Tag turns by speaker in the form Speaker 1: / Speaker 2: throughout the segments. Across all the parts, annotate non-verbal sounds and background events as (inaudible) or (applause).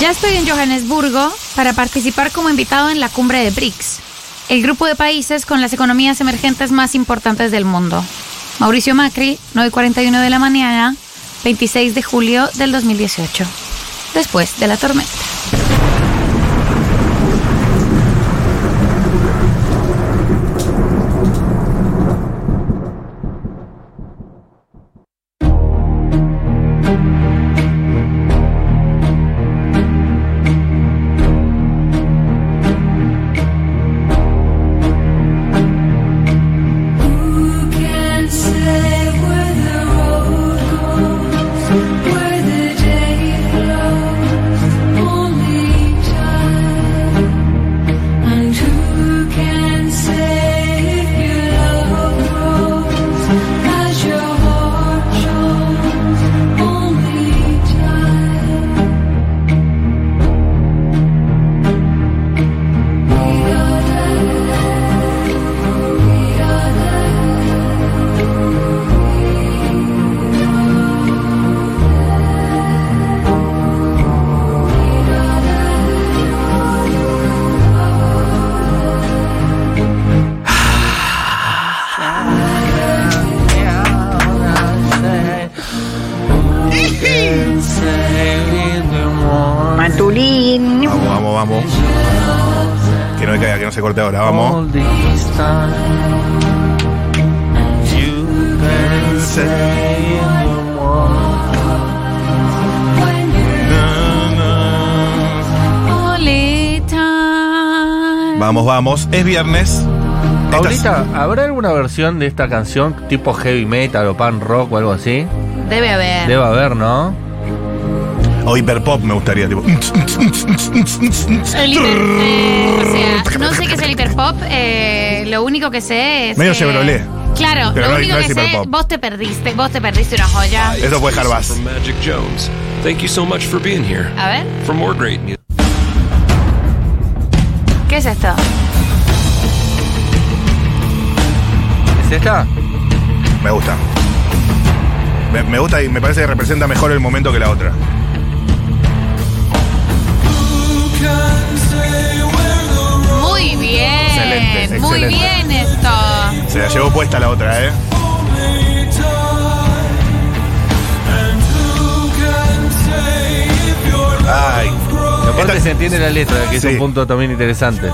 Speaker 1: Ya estoy en Johannesburgo para participar como invitado en la cumbre de BRICS, el grupo de países con las economías emergentes más importantes del mundo. Mauricio Macri, 9.41 de la mañana, 26 de julio del 2018, después de la tormenta.
Speaker 2: Who can say where the road goes, where the day flows? Only time. And who can say if your love grows as your heart shows? Only time. We are there. We are there.
Speaker 3: Matulín.
Speaker 4: Vamos, vamos, vamos. Que no, caiga, que no se corte ahora, vamos.
Speaker 1: Only time.
Speaker 4: Vamos, vamos. Es viernes. Esta-
Speaker 5: Paulita, ¿habrá alguna versión de esta canción tipo heavy metal o pan rock o algo así?
Speaker 1: Debe haber.
Speaker 5: Debe haber, ¿no?
Speaker 4: O hiperpop me gustaría, tipo.
Speaker 1: El hiper- eh, o sea, no sé qué es el hiperpop. eh, lo único que sé es.
Speaker 4: Medio
Speaker 1: que-
Speaker 4: Chevrolet.
Speaker 1: Claro,
Speaker 4: Pero
Speaker 1: lo
Speaker 4: no-
Speaker 1: único
Speaker 4: no
Speaker 1: que
Speaker 4: es
Speaker 1: sé,
Speaker 4: hiperpop.
Speaker 1: vos te perdiste, vos te perdiste una joya.
Speaker 4: Eso fue Jarbas.
Speaker 6: From Magic Jones. Thank you so much for being here.
Speaker 1: A ver,
Speaker 6: For more great music.
Speaker 1: ¿qué es esto?
Speaker 5: ¿Es esta?
Speaker 4: Me gusta. Me, me gusta y me parece que representa mejor el momento que la otra.
Speaker 1: Muy bien,
Speaker 4: Excelente,
Speaker 1: muy
Speaker 4: excelente.
Speaker 1: bien esto.
Speaker 4: Se la llevó puesta la otra, ¿eh? Ay. Este
Speaker 5: Aparte
Speaker 4: Esta-
Speaker 5: se entiende la letra, que es
Speaker 4: Sí.
Speaker 5: un punto también interesante.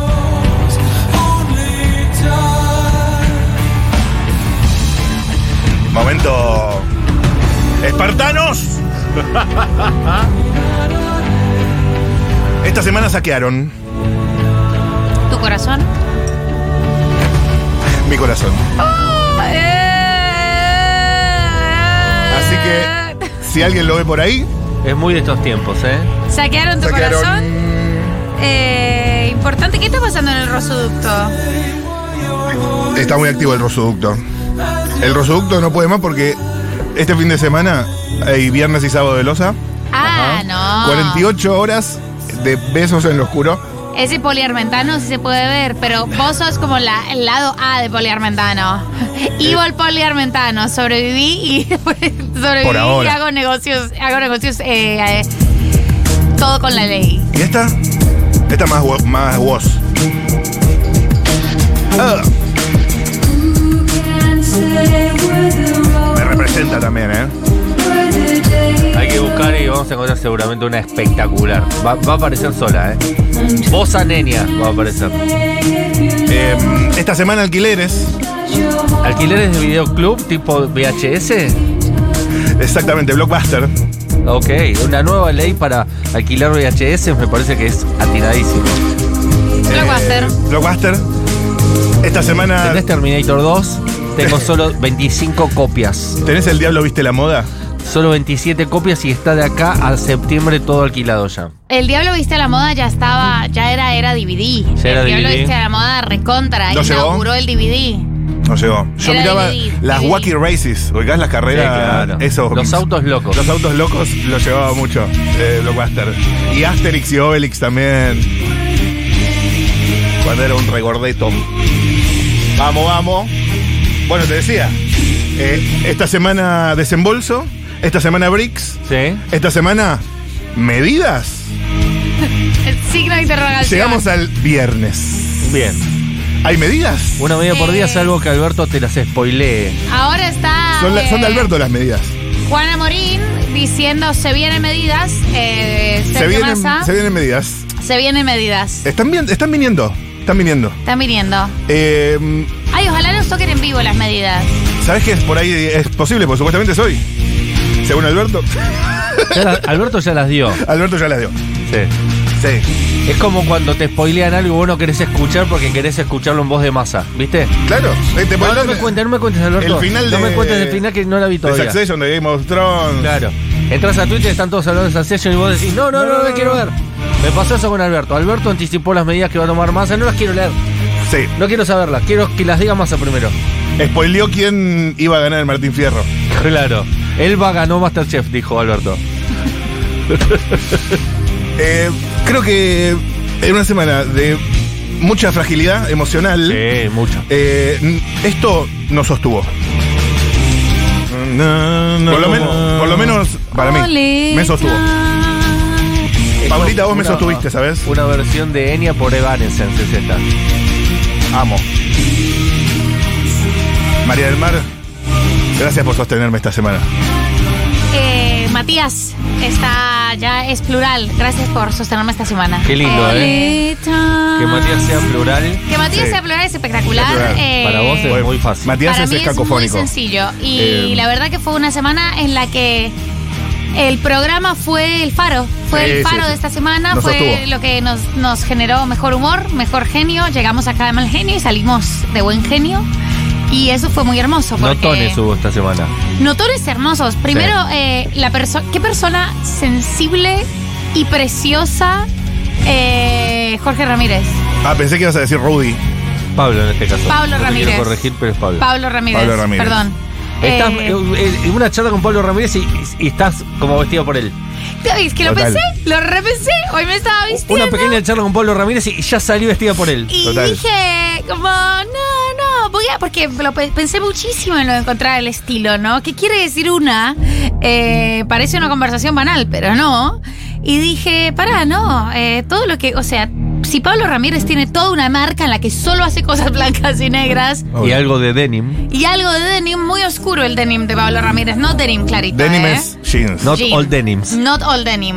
Speaker 4: Momento. ¡Espartanos! (laughs) Esta semana saquearon
Speaker 1: ¿Tu corazón?
Speaker 4: mi corazón. Así
Speaker 1: Así
Speaker 4: que si alguien lo ve por ahí,
Speaker 5: Es muy de estos tiempos, ¿eh?
Speaker 1: (laughs) Saquearon tu
Speaker 4: saquearon.
Speaker 1: corazón. Eh, importante, ¿qué está pasando en el rosoducto?
Speaker 4: Está muy activo el rosoducto. El rosoducto no puede más porque este fin de semana hay viernes y sábado de losa.
Speaker 1: Ah, no.
Speaker 4: 48 horas de besos en lo oscuro.
Speaker 1: Ese poliarmentano sí se puede ver, pero vos sos como la, el lado A de
Speaker 4: (laughs)
Speaker 1: poliarmentano.
Speaker 4: Eh.
Speaker 1: Evil poliarmentano. Sobreviví y (laughs) sobreviví
Speaker 4: Por ahora.
Speaker 1: y hago negocios, hago negocios eh, eh, todo con la ley.
Speaker 4: ¿Y esta? Esta más, wo- más voz. Ah,
Speaker 2: Who can say where the road
Speaker 4: me representa también, ¿eh?
Speaker 2: where the day
Speaker 5: Hay que buscar y vamos a encontrar seguramente una espectacular. Va, va a aparecer sola, ¿eh? Bossa Nenia va a aparecer.
Speaker 4: Eh, Esta semana alquileres.
Speaker 5: ¿Alquileres de videoclub tipo VHS?
Speaker 4: Exactamente, Blockbuster.
Speaker 5: Ok, una nueva ley para alquilar VHS me parece que es atinadísimo.
Speaker 1: Blockbuster.
Speaker 4: Eh, Blockbuster. Esta semana.
Speaker 5: ¿Tenés Terminator 2? (laughs) Tengo solo 25 copias.
Speaker 4: ¿Tenés el Diablo Viste la Moda?
Speaker 5: Solo 27 copias y está de acá a septiembre todo alquilado ya.
Speaker 1: El Diablo Viste a la Moda ya estaba, ya era, era DVD.
Speaker 5: Ya era
Speaker 1: el Diablo
Speaker 5: DVD.
Speaker 1: Viste a la Moda recontra,
Speaker 4: ¿No llegó?
Speaker 1: inauguró el DVD.
Speaker 4: No llegó. Yo
Speaker 1: Era
Speaker 4: miraba
Speaker 1: DVD.
Speaker 4: las Wacky Races, ubicás las carreras.
Speaker 5: Sí, claro.
Speaker 4: esos- mm,
Speaker 5: Los autos locos.
Speaker 4: Los autos locos lo llevaba mucho, eh, Blockbuster. Y Asterix y Obelix también. Cuando era un regordeto. Vamos, vamos. Bueno, te decía. eh, esta semana desembolso. Esta semana BRICS.
Speaker 5: ¿Sí?
Speaker 4: Esta semana medidas
Speaker 1: El signo de interrogación.
Speaker 4: Llegamos al viernes.
Speaker 5: Bien.
Speaker 4: ¿Hay medidas?
Speaker 5: Una medida por día,
Speaker 1: Eh.
Speaker 5: salvo que Alberto te las spoilee.
Speaker 1: Ahora está.
Speaker 4: Son, la- son de
Speaker 1: eh,
Speaker 4: Alberto las medidas.
Speaker 1: Juana Morín diciendo se vienen medidas. Eh,
Speaker 4: Se
Speaker 1: Sergio
Speaker 4: vienen,
Speaker 1: Massa,
Speaker 4: se vienen medidas.
Speaker 1: se vienen medidas.
Speaker 4: Están, bien, están viniendo. Están viniendo.
Speaker 1: Están viniendo.
Speaker 4: Eh,
Speaker 1: Ay, ojalá nos toquen en vivo las medidas.
Speaker 4: ¿Sabes que es por ahí es posible? Porque supuestamente es hoy. Según Alberto. (laughs)
Speaker 5: Ya la- Alberto ya las dio.
Speaker 4: Alberto ya las dio.
Speaker 5: Sí.
Speaker 4: Sí.
Speaker 5: Es como cuando te spoilean algo y vos no querés escuchar porque querés escucharlo en voz de masa. ¿Viste?
Speaker 4: Claro. Eh, te
Speaker 5: No,
Speaker 4: puedo
Speaker 5: no
Speaker 4: dar-
Speaker 5: me cuentes, no me cuentes, Alberto.
Speaker 4: El final
Speaker 5: no
Speaker 4: de-
Speaker 5: me cuentes el final que no la vi
Speaker 4: de
Speaker 5: todavía.
Speaker 4: Succession, de Game of Thrones.
Speaker 5: Claro. Entras a Twitter, están todos hablando de Succession y vos decís, no, no, no, no, la quiero ver. Me pasó eso con Alberto. Alberto anticipó las medidas que va a tomar Massa. No las quiero leer.
Speaker 4: Sí.
Speaker 5: No quiero saberlas. Quiero que las diga Massa primero.
Speaker 4: Spoileó quién iba a ganar el Martín Fierro.
Speaker 5: Claro. Elba ganó Masterchef, dijo Alberto.
Speaker 4: Eh, creo que en una semana de mucha fragilidad emocional,
Speaker 5: Sí, mucho.
Speaker 4: eh, n- esto nos sostuvo. por, lo menos, por lo menos para mí,
Speaker 1: Holy
Speaker 4: me sostuvo.
Speaker 5: Es
Speaker 4: Paulita,
Speaker 5: como
Speaker 4: vos me sostuviste, ¿sabes?
Speaker 5: Una versión de Enya por Evanescence es esta.
Speaker 4: Amo. María del Mar, gracias por sostenerme esta semana.
Speaker 1: Eh, Matías, está ya es plural. Gracias por sostenerme esta semana.
Speaker 5: Qué lindo,
Speaker 1: ¿eh?
Speaker 5: Que Matías sea plural.
Speaker 1: Que Matías
Speaker 4: Sí.
Speaker 1: sea plural es espectacular.
Speaker 4: Espectacular.
Speaker 1: eh,
Speaker 5: Para vos es muy fácil.
Speaker 4: Matías
Speaker 1: para
Speaker 4: es,
Speaker 1: mí es muy
Speaker 4: escacofónico.
Speaker 1: sencillo. Y
Speaker 4: Eh,
Speaker 1: la verdad que fue una semana en la que el programa fue el faro. Fue
Speaker 4: Sí,
Speaker 1: el
Speaker 4: sí,
Speaker 1: faro
Speaker 4: sí.
Speaker 1: de esta semana.
Speaker 4: Nos
Speaker 1: fue
Speaker 4: sostuvo.
Speaker 1: lo que nos, nos generó mejor humor, mejor genio. Llegamos acá de mal genio y salimos de buen genio. Y eso fue muy hermoso.
Speaker 5: No
Speaker 1: Porque
Speaker 5: tones hubo esta semana.
Speaker 1: Notones hermosos. Primero, eh, la perso- qué persona sensible y preciosa eh, Jorge Ramírez.
Speaker 4: Ah, pensé que ibas a decir Rudy.
Speaker 1: Eh,
Speaker 5: Pablo en este caso.
Speaker 1: Pablo
Speaker 5: No te
Speaker 1: Ramírez.
Speaker 5: quiero corregir, pero es Pablo.
Speaker 1: Pablo Ramírez.
Speaker 4: Pablo Ramírez.
Speaker 1: Perdón.
Speaker 5: Estás
Speaker 1: Eh,
Speaker 5: eh, en una charla con Pablo Ramírez y, y estás como vestido por él.
Speaker 1: Es que lo
Speaker 4: Total.
Speaker 1: pensé, lo repensé. Hoy me estaba vistiendo.
Speaker 5: Una pequeña charla con Pablo Ramírez y ya salí vestida por él.
Speaker 1: Y
Speaker 4: Total.
Speaker 1: dije, como, no, no, voy a. Porque lo pe- pensé muchísimo en lo de encontrar el estilo, ¿no? ¿Qué quiere decir una? Eh, parece una conversación banal, pero no. Y dije, pará, no. eh, todo lo que. O sea, si Pablo Ramírez tiene toda una marca en la que solo hace cosas (laughs) blancas y negras.
Speaker 5: Y algo de denim.
Speaker 1: Y algo de denim muy oscuro el denim de Pablo Ramírez, no denim clarito.
Speaker 4: Denim
Speaker 1: ¿eh?
Speaker 4: es jeans.
Speaker 5: Not
Speaker 1: Jean.
Speaker 5: all denims.
Speaker 1: Not all denim.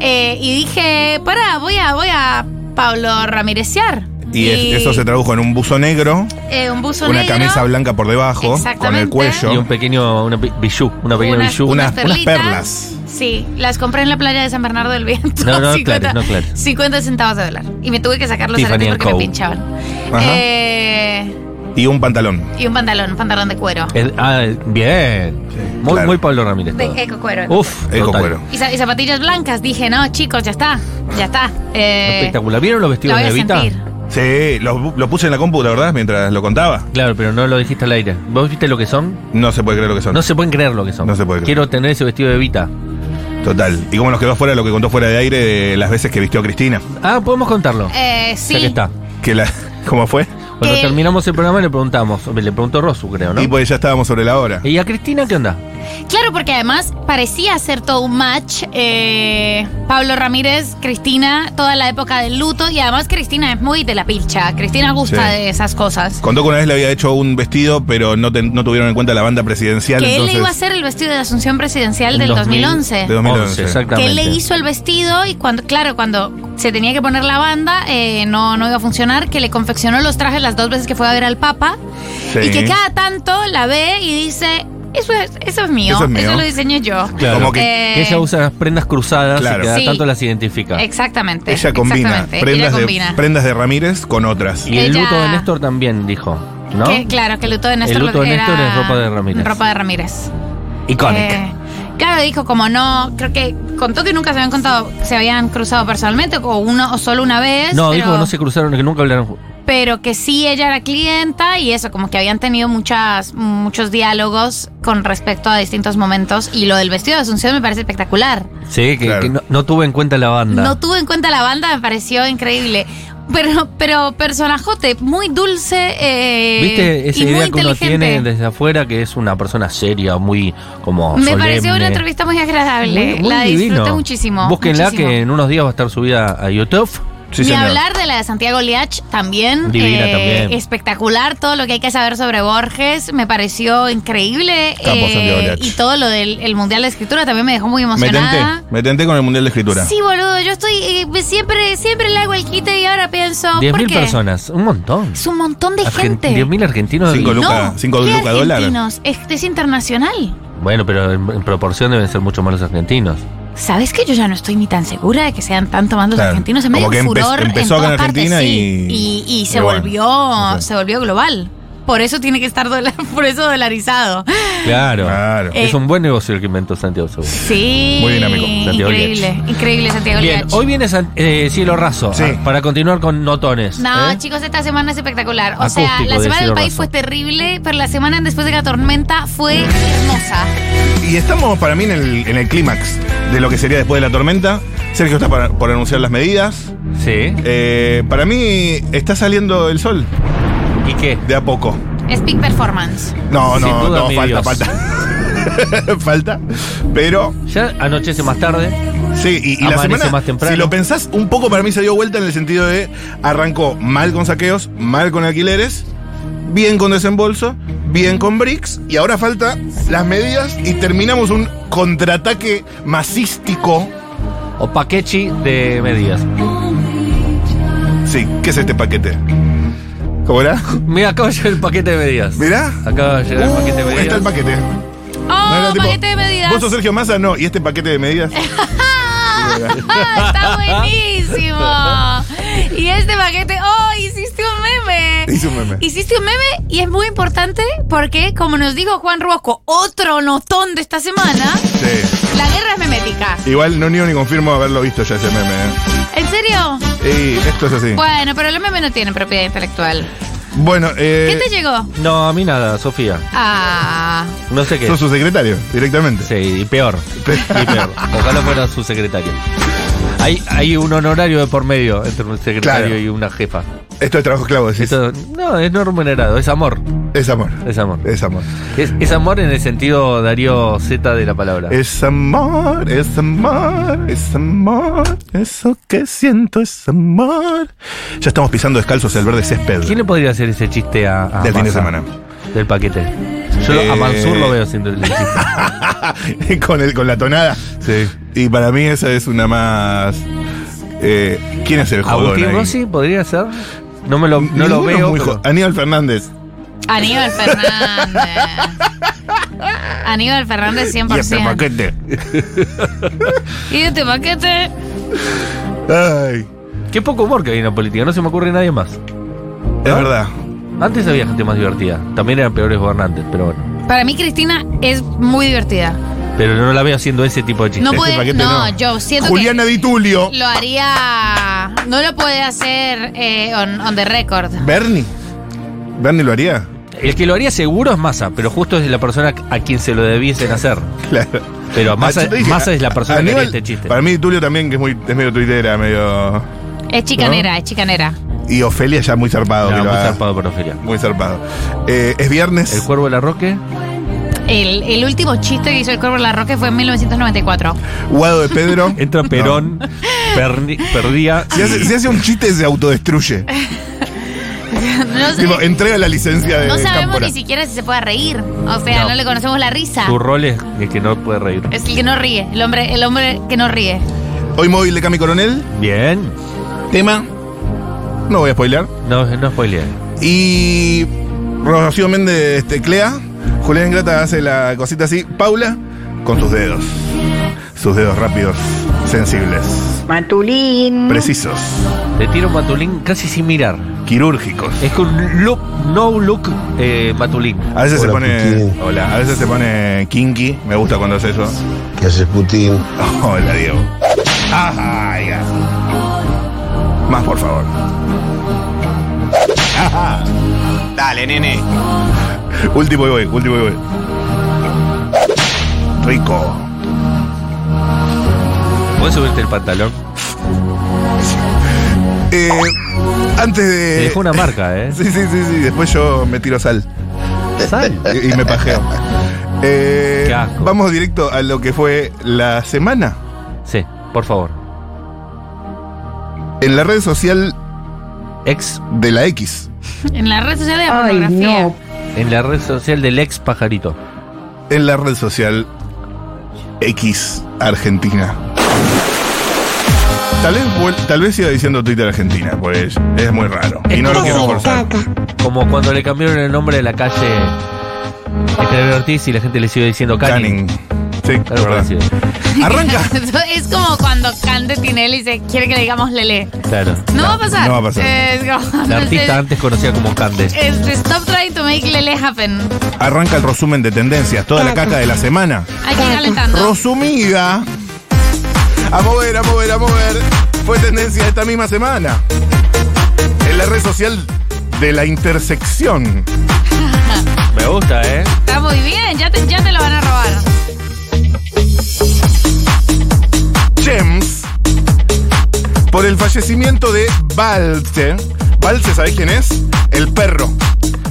Speaker 1: Eh, y dije, pará, voy a, voy a Pablo Ramirezar.
Speaker 4: Y, es- eso se tradujo en un buzo negro,
Speaker 1: eh, un buzo
Speaker 4: una
Speaker 1: negro,
Speaker 4: camisa blanca por debajo, con el
Speaker 1: Exactamente.
Speaker 4: cuello.
Speaker 5: Y un pequeño, una pi- bijú, una pequeña
Speaker 1: unas-
Speaker 5: bijú.
Speaker 4: Una- unas
Speaker 1: perlitas.
Speaker 4: perlas.
Speaker 1: Sí, las compré en la playa de San Bernardo del Viento.
Speaker 5: No,
Speaker 1: (laughs)
Speaker 5: no, aclares, no aclares.
Speaker 1: 50 centavos de dólar. Y me tuve que sacar los
Speaker 5: Tiffany
Speaker 1: aretes
Speaker 5: and
Speaker 1: porque me
Speaker 5: Co.
Speaker 1: pinchaban.
Speaker 4: Ajá.
Speaker 1: Eh,
Speaker 4: Y un pantalón.
Speaker 1: y un pantalón, un pantalón de cuero.
Speaker 5: Es- ah, bien. muy,
Speaker 4: claro.
Speaker 5: muy Pablo Ramírez.
Speaker 1: De
Speaker 5: todo.
Speaker 1: eco cuero. eco cuero.
Speaker 5: Uf,
Speaker 4: Eco
Speaker 5: total.
Speaker 4: cuero.
Speaker 1: Y, za- y zapatillas blancas. Dije, no, chicos, ya está. Ya está. Eh,
Speaker 5: Espectacular. ¿Vieron los
Speaker 1: la
Speaker 5: vestidos
Speaker 1: voy
Speaker 5: de
Speaker 1: a
Speaker 5: Evita?
Speaker 1: sentir.
Speaker 4: Sí, lo, lo puse en la compu, la verdad, mientras lo contaba.
Speaker 5: Claro, pero no lo dijiste al aire. ¿Vos viste lo que son?
Speaker 4: No se puede creer lo que son.
Speaker 5: No se pueden creer lo que son.
Speaker 4: No se puede creer.
Speaker 5: Quiero tener ese vestido de Evita.
Speaker 4: Total. Y como nos quedó fuera lo que contó fuera de aire de las veces que vistió a Cristina.
Speaker 5: Ah, podemos contarlo.
Speaker 1: Eh, sí. Eh,
Speaker 5: Ya que está.
Speaker 4: Que la, (laughs) ¿Cómo fue?
Speaker 5: Cuando
Speaker 1: Que-
Speaker 5: terminamos el programa le preguntamos, le preguntó Rosu, creo, ¿no?
Speaker 4: Y
Speaker 5: Y,
Speaker 4: pues ya estábamos sobre la hora.
Speaker 5: a Cristina qué onda?
Speaker 1: Claro, porque además parecía ser todo un match. eh, Pablo Ramírez, Cristina, toda la época del luto. Y además Cristina es muy de la pilcha. Cristina gusta
Speaker 4: Sí.
Speaker 1: de esas cosas.
Speaker 4: Contó que una vez le había hecho un vestido, pero no, ten- no tuvieron en cuenta la banda presidencial.
Speaker 1: Que él
Speaker 4: entonces,
Speaker 1: le iba a hacer el vestido de Asunción Presidencial
Speaker 5: En
Speaker 1: del
Speaker 5: 2000.
Speaker 1: 2011.
Speaker 4: De 2011,
Speaker 1: que
Speaker 5: exactamente.
Speaker 1: él le hizo el vestido y cuando, claro, cuando se tenía que poner la banda, eh, no, no iba a funcionar, que le confeccionó los trajes las dos veces que fue a ver al Papa
Speaker 4: Sí.
Speaker 1: y que cada tanto la ve y dice, eso es, eso es mío,
Speaker 4: Eso
Speaker 1: eso,
Speaker 4: es mío".
Speaker 1: lo diseñé yo.
Speaker 5: Claro.
Speaker 4: Como que-
Speaker 1: Eh,
Speaker 5: Que ella usa las prendas cruzadas
Speaker 4: Claro.
Speaker 5: y que a
Speaker 1: Sí.
Speaker 5: tanto las identifica.
Speaker 1: Exactamente.
Speaker 4: Ella combina
Speaker 1: exactamente,
Speaker 4: prendas,
Speaker 1: ella
Speaker 4: De,
Speaker 1: combina.
Speaker 4: prendas de Ramírez con otras.
Speaker 5: y el
Speaker 1: Ella-
Speaker 5: luto de Néstor también dijo, ¿no?
Speaker 1: Que, claro, que el luto de Néstor,
Speaker 5: El luto de
Speaker 1: era
Speaker 5: Néstor es ropa de Ramírez.
Speaker 1: Ropa de Ramírez.
Speaker 5: Iconic.
Speaker 1: Eh, claro, dijo como no, creo que contó que nunca se habían contado, se habían cruzado personalmente o uno o solo una vez.
Speaker 5: no,
Speaker 1: pero-
Speaker 5: dijo que no se cruzaron, que nunca hablaron. ju-
Speaker 1: pero que sí ella era clienta y eso, como que habían tenido muchas, muchos diálogos con respecto a distintos momentos y lo del vestido de Asunción me parece espectacular.
Speaker 5: Sí, que,
Speaker 4: Claro.
Speaker 5: que no, no tuvo en cuenta la banda.
Speaker 1: No tuve en cuenta la banda, me pareció increíble. Pero, pero personajote, muy dulce eh,
Speaker 5: ¿Viste esa
Speaker 1: y muy
Speaker 5: idea que uno
Speaker 1: inteligente.
Speaker 5: tiene desde afuera que es una persona seria, muy como
Speaker 1: Me
Speaker 5: solemne?
Speaker 1: pareció una entrevista muy agradable.
Speaker 5: Muy- muy
Speaker 1: la
Speaker 5: divino.
Speaker 1: disfruté muchísimo.
Speaker 5: Búsquenla
Speaker 1: muchísimo.
Speaker 5: que en unos días va a estar subida a YouTube.
Speaker 4: Sí,
Speaker 1: Ni
Speaker 4: señor.
Speaker 1: hablar de la de Santiago Liach también. eh,
Speaker 5: Divina también.
Speaker 1: Espectacular todo lo que hay que saber sobre Borges. Me pareció increíble. eh,
Speaker 4: Capo, Santiago Liach.
Speaker 1: y todo lo del el Mundial de Escritura también me dejó muy
Speaker 4: Metente,
Speaker 1: emocionada.
Speaker 4: metente con el Mundial de Escritura.
Speaker 1: Sí, boludo, yo estoy eh, siempre siempre le hago el quite y ahora pienso, ¿por
Speaker 5: 10.000
Speaker 1: qué?
Speaker 5: personas, un montón.
Speaker 1: Es un montón de
Speaker 5: Argen-
Speaker 1: gente.
Speaker 5: 10.000 argentinos.
Speaker 4: Cinco
Speaker 5: y-
Speaker 4: lucas. cinco
Speaker 1: ¿qué
Speaker 4: lucas dólar.
Speaker 1: argentinos? Es, es internacional.
Speaker 5: Bueno, pero en, en proporción deben ser mucho más los argentinos.
Speaker 1: ¿Sabes que yo ya no estoy ni tan segura de que sean tanto más los
Speaker 4: Claro,
Speaker 1: argentinos? Se
Speaker 4: como
Speaker 1: medio
Speaker 4: que
Speaker 1: un
Speaker 4: empe-
Speaker 1: furor en
Speaker 4: empezó acá en
Speaker 1: todas partes,
Speaker 4: Argentina
Speaker 1: sí.
Speaker 4: y-
Speaker 1: y se
Speaker 4: y bueno,
Speaker 1: volvió
Speaker 4: ok.
Speaker 1: se volvió global. Por eso tiene que estar dola- (laughs) por eso dolarizado.
Speaker 5: Claro.
Speaker 4: Claro.
Speaker 1: Eh,
Speaker 5: es un buen negocio el que inventó Santiago Seguro.
Speaker 1: Sí.
Speaker 4: Muy dinámico,
Speaker 5: Santiago
Speaker 1: increíble, increíble Santiago
Speaker 5: Bien,
Speaker 1: Liach.
Speaker 5: hoy viene San- eh, Cielo Raso
Speaker 4: Sí.
Speaker 5: ah, para continuar con Notones.
Speaker 1: No,
Speaker 5: ¿eh?
Speaker 1: chicos, esta semana es espectacular. O sea,
Speaker 5: Acústico
Speaker 1: la
Speaker 5: de
Speaker 1: semana del
Speaker 5: Ciro
Speaker 1: país
Speaker 5: Razo.
Speaker 1: fue terrible, pero la semana después de la tormenta fue hermosa.
Speaker 4: Y estamos para mí en el, en el clímax de lo que sería después de la tormenta. Sergio está para- por anunciar las medidas.
Speaker 5: Sí.
Speaker 4: Eh, para mí está saliendo el sol
Speaker 5: ¿Y qué?
Speaker 4: de a poco.
Speaker 1: Es peak performance.
Speaker 4: No,
Speaker 5: Sin
Speaker 4: no,
Speaker 5: duda,
Speaker 4: no,
Speaker 5: mi
Speaker 4: falta,
Speaker 5: Dios.
Speaker 4: falta. falta. (laughs) Pero
Speaker 5: Ya anochece más tarde.
Speaker 4: Sí, y, y la
Speaker 5: Amanece
Speaker 4: semana,
Speaker 5: más temprano.
Speaker 4: si lo pensás, un poco para mí se dio vuelta en el sentido de arrancó mal con saqueos, mal con alquileres, bien con desembolso, bien con bricks, y ahora falta las medidas y terminamos un contraataque masístico.
Speaker 5: O paquechi de medidas.
Speaker 4: Sí, ¿qué es este paquete? ¿Cómo era?
Speaker 5: Me acaba de llegar el paquete de medidas.
Speaker 4: Mirá.
Speaker 5: Acaba de llegar el
Speaker 4: Uh,
Speaker 5: paquete de medidas.
Speaker 4: Está el paquete. No
Speaker 1: ¡Oh,
Speaker 4: era tipo,
Speaker 1: paquete de medidas!
Speaker 4: ¿Vos sos Sergio Massa? No, ¿y este paquete
Speaker 1: (laughs)
Speaker 4: de medidas?
Speaker 1: Ah, Está buenísimo. Y este paquete, oh, hiciste un meme.
Speaker 4: Hice un meme.
Speaker 1: Hiciste un meme y es muy importante porque, como nos dijo Juan Rosco, otro notón de esta semana,
Speaker 4: Sí.
Speaker 1: la guerra es memética.
Speaker 4: Igual no niego ni confirmo haberlo visto ya ese meme. ¿eh?
Speaker 1: ¿En serio?
Speaker 4: Y esto es así.
Speaker 1: Bueno, pero los memes no tienen propiedad intelectual.
Speaker 4: Bueno, eh,
Speaker 1: ¿Qué te llegó?
Speaker 5: No, a mí nada, Sofía.
Speaker 1: Ah,
Speaker 5: No sé qué.
Speaker 4: sos su secretario directamente.
Speaker 5: Sí, y peor. Y peor. Ojalá fuera su secretario. Hay, hay un honorario de por medio entre un secretario
Speaker 4: Claro.
Speaker 5: y una jefa.
Speaker 4: Esto es trabajo esclavo, decís.
Speaker 5: Esto, no, es no remunerado, es amor.
Speaker 4: Es amor.
Speaker 5: Es amor.
Speaker 4: Es amor.
Speaker 5: Es, es amor en el sentido Darío Z de la palabra.
Speaker 4: Es amor, es amor, es amor. Eso que siento es amor. Ya estamos pisando descalzos el verde césped.
Speaker 5: ¿Quién le podría hacer ese chiste a, a
Speaker 4: Del fin de
Speaker 5: Massa?
Speaker 4: semana.
Speaker 5: Del paquete. Yo lo- a
Speaker 4: Eh.
Speaker 5: Mansur lo veo haciendo
Speaker 4: (laughs)
Speaker 5: el chiste.
Speaker 4: (laughs) con, el, con la tonada.
Speaker 5: Sí.
Speaker 4: Y para mí esa es una más. eh, ¿Quién es el jodón
Speaker 5: Agustín
Speaker 4: ahí?
Speaker 5: Rossi podría ser. No me lo, no
Speaker 4: Ninguno
Speaker 5: lo
Speaker 4: es
Speaker 5: veo.
Speaker 4: muy
Speaker 5: pero-
Speaker 4: jo- Aníbal Fernández.
Speaker 1: Aníbal Fernández. Aníbal Fernández
Speaker 4: Y este
Speaker 1: 100%.
Speaker 4: paquete.
Speaker 1: Y este paquete.
Speaker 4: Ay,
Speaker 5: Qué poco humor que hay en la política, no se me ocurre nadie más.
Speaker 4: es verdad.
Speaker 5: Antes había gente más divertida. También eran peores gobernantes, pero bueno.
Speaker 1: Para mí, Cristina es muy divertida.
Speaker 5: Pero no la veo haciendo ese tipo de chistes.
Speaker 1: No
Speaker 4: Este
Speaker 1: puede.
Speaker 4: paquete
Speaker 1: No,
Speaker 4: no.
Speaker 1: yo siento
Speaker 4: Juliana Di Tulio.
Speaker 1: que lo haría. No lo puede hacer eh, on, on the record.
Speaker 4: Bernie. Bernie lo haría.
Speaker 5: El que lo haría seguro es Massa, pero justo es la persona a quien se lo debiesen hacer.
Speaker 4: Claro.
Speaker 5: Pero Massa,
Speaker 4: Ah, yo te dije,
Speaker 5: Massa es la
Speaker 4: a-
Speaker 5: persona que haría
Speaker 4: Aníbal,
Speaker 5: este chiste.
Speaker 4: Para mí, Tulio también, que es, muy, es medio tuitera, medio.
Speaker 1: Es chicanera, es chicanera.
Speaker 4: Y Ofelia ya muy zarpado.
Speaker 5: No,
Speaker 4: que lo
Speaker 5: muy
Speaker 4: haga.
Speaker 5: zarpado por Ofelia.
Speaker 4: Muy zarpado. Eh, es viernes.
Speaker 5: El cuervo de la Roque.
Speaker 1: El, el último chiste que hizo el Corvo de la Roque fue en 1994.
Speaker 4: Guado
Speaker 5: (laughs)
Speaker 4: de Pedro.
Speaker 5: Entra Perón, perni- perdía.
Speaker 4: Si hace, si hace un chiste,
Speaker 1: (laughs)
Speaker 4: se autodestruye.
Speaker 1: (laughs) No, sé-
Speaker 4: Tipo, entrega la licencia de
Speaker 1: no sabemos
Speaker 4: Cámpora.
Speaker 1: ni siquiera si se puede reír. O sea, no,
Speaker 5: No.
Speaker 1: le conocemos la risa.
Speaker 5: Su rol es el que no puede reír.
Speaker 1: Es el que no ríe, el hombre, el hombre que no ríe.
Speaker 4: Hoy móvil de Cami Coronel.
Speaker 5: Bien.
Speaker 4: Tema. No voy a spoiler.
Speaker 5: No, no spoileé.
Speaker 4: Y. Rocío Méndez teclea. Julián Ingrata hace la cosita así. Paula con sus dedos. Sus dedos rápidos, sensibles,
Speaker 3: Matulín.
Speaker 4: precisos,
Speaker 5: Le tiro un matulín casi sin mirar.
Speaker 4: quirúrgicos.
Speaker 5: Es con un look, no look eh, matulín.
Speaker 4: A veces
Speaker 7: Hola,
Speaker 4: se pone.
Speaker 7: Putin.
Speaker 4: Hola, a veces se pone kinky. Me gusta cuando hace eso.
Speaker 7: ¿Qué haces, Putin?
Speaker 4: (laughs) Hola, Diego. Ajá, ya. Más, por favor. Ajá. (laughs) Dale, nene. Último y voy, último y voy. Rico.
Speaker 5: ¿Puedes subirte el pantalón?
Speaker 4: Eh, antes de.
Speaker 5: Te dejó una marca, ¿eh?
Speaker 4: Sí, sí, sí, sí. Después yo me tiro sal
Speaker 5: Sal.
Speaker 4: y, y me
Speaker 5: (laughs)
Speaker 4: pajeo. Eh,
Speaker 5: Qué asco.
Speaker 4: vamos directo a lo que fue la semana.
Speaker 5: Sí, por favor.
Speaker 4: En la red social
Speaker 5: Ex.
Speaker 4: de la X.
Speaker 1: En la red social de la
Speaker 3: Ay,
Speaker 1: pornografía.
Speaker 3: no.
Speaker 5: En la red social del ex pajarito.
Speaker 4: En la red social X Argentina. Tal vez, vuel- tal vez siga diciendo Twitter Argentina, pues es muy raro. Y no lo quiero forzar.
Speaker 5: Como cuando le cambiaron el nombre de la calle Esteban Ortiz y la gente le siguió diciendo Canning.
Speaker 4: Canning. Sí,
Speaker 5: Algo
Speaker 4: verdad.
Speaker 5: parecido.
Speaker 4: Arranca.
Speaker 1: (laughs) Eso es como cuando Cande Tinelli dice, quiere que le digamos Lele.
Speaker 5: Claro.
Speaker 1: No va a pasar.
Speaker 4: no va a pasar.
Speaker 1: Es como- (laughs)
Speaker 5: La artista antes conocida como Cande.
Speaker 1: Es- es- stop trying to make Lele happen.
Speaker 4: Arranca el resumen de tendencias, toda la caca de la semana.
Speaker 1: Hay que ir calentando.
Speaker 4: Resumida. A mover, a mover, a mover. Fue tendencia esta misma semana. En la red social de la intersección.
Speaker 5: Me gusta, ¿eh?
Speaker 1: Está muy bien, ya te, ya te lo van a robar.
Speaker 4: Gems por el fallecimiento de Balce. Balce, ¿sabés quién es? El perro.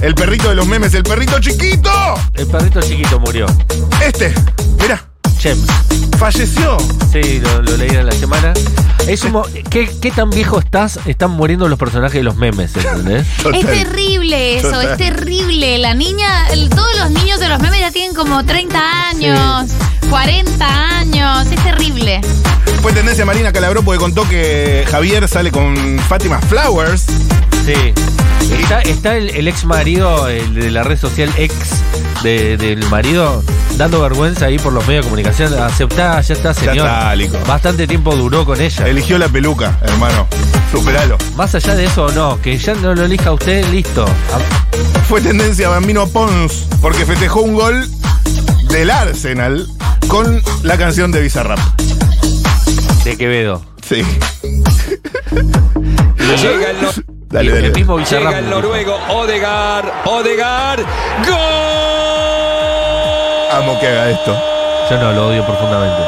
Speaker 4: El perrito de los memes, el perrito chiquito.
Speaker 5: El perrito chiquito murió.
Speaker 4: Este, mirá,
Speaker 5: Chem.
Speaker 4: falleció.
Speaker 5: Sí, lo, lo leí en la semana. Es un mo- ¿qué, qué tan viejo estás? Están muriendo los personajes de los memes, ¿entendés?
Speaker 1: Es
Speaker 4: Total.
Speaker 1: terrible eso,
Speaker 4: Total.
Speaker 1: es terrible. La niña, el- todos los niños de los memes ya tienen como 30 años, 40 años, es terrible.
Speaker 4: Fue tendencia Marina Calabró porque contó que Javier sale con Fátima Flowers.
Speaker 5: Sí. Está, está el, el ex marido, el de la red social ex de- del marido, dando vergüenza ahí por los medios de comunicación. Aceptá, ya está, señor.
Speaker 4: está, Lico.
Speaker 5: Bastante tiempo duró con ella.
Speaker 4: Eligió la peluca, hermano. Superalo.
Speaker 5: Más allá de eso, no, que ya no lo elija usted, listo. A-
Speaker 4: Fue tendencia Bambino Pons porque festejó un gol del Arsenal con la canción de Bizarrap.
Speaker 5: De Quevedo.
Speaker 4: Sí.
Speaker 6: Llega el, nor-
Speaker 4: Dale,
Speaker 5: Y
Speaker 4: dale.
Speaker 5: El mismo Villarrap.
Speaker 6: llega el noruego Odegaard, Odegaard, ¡Gol!
Speaker 4: Amo que haga esto.
Speaker 5: Yo no, lo odio profundamente.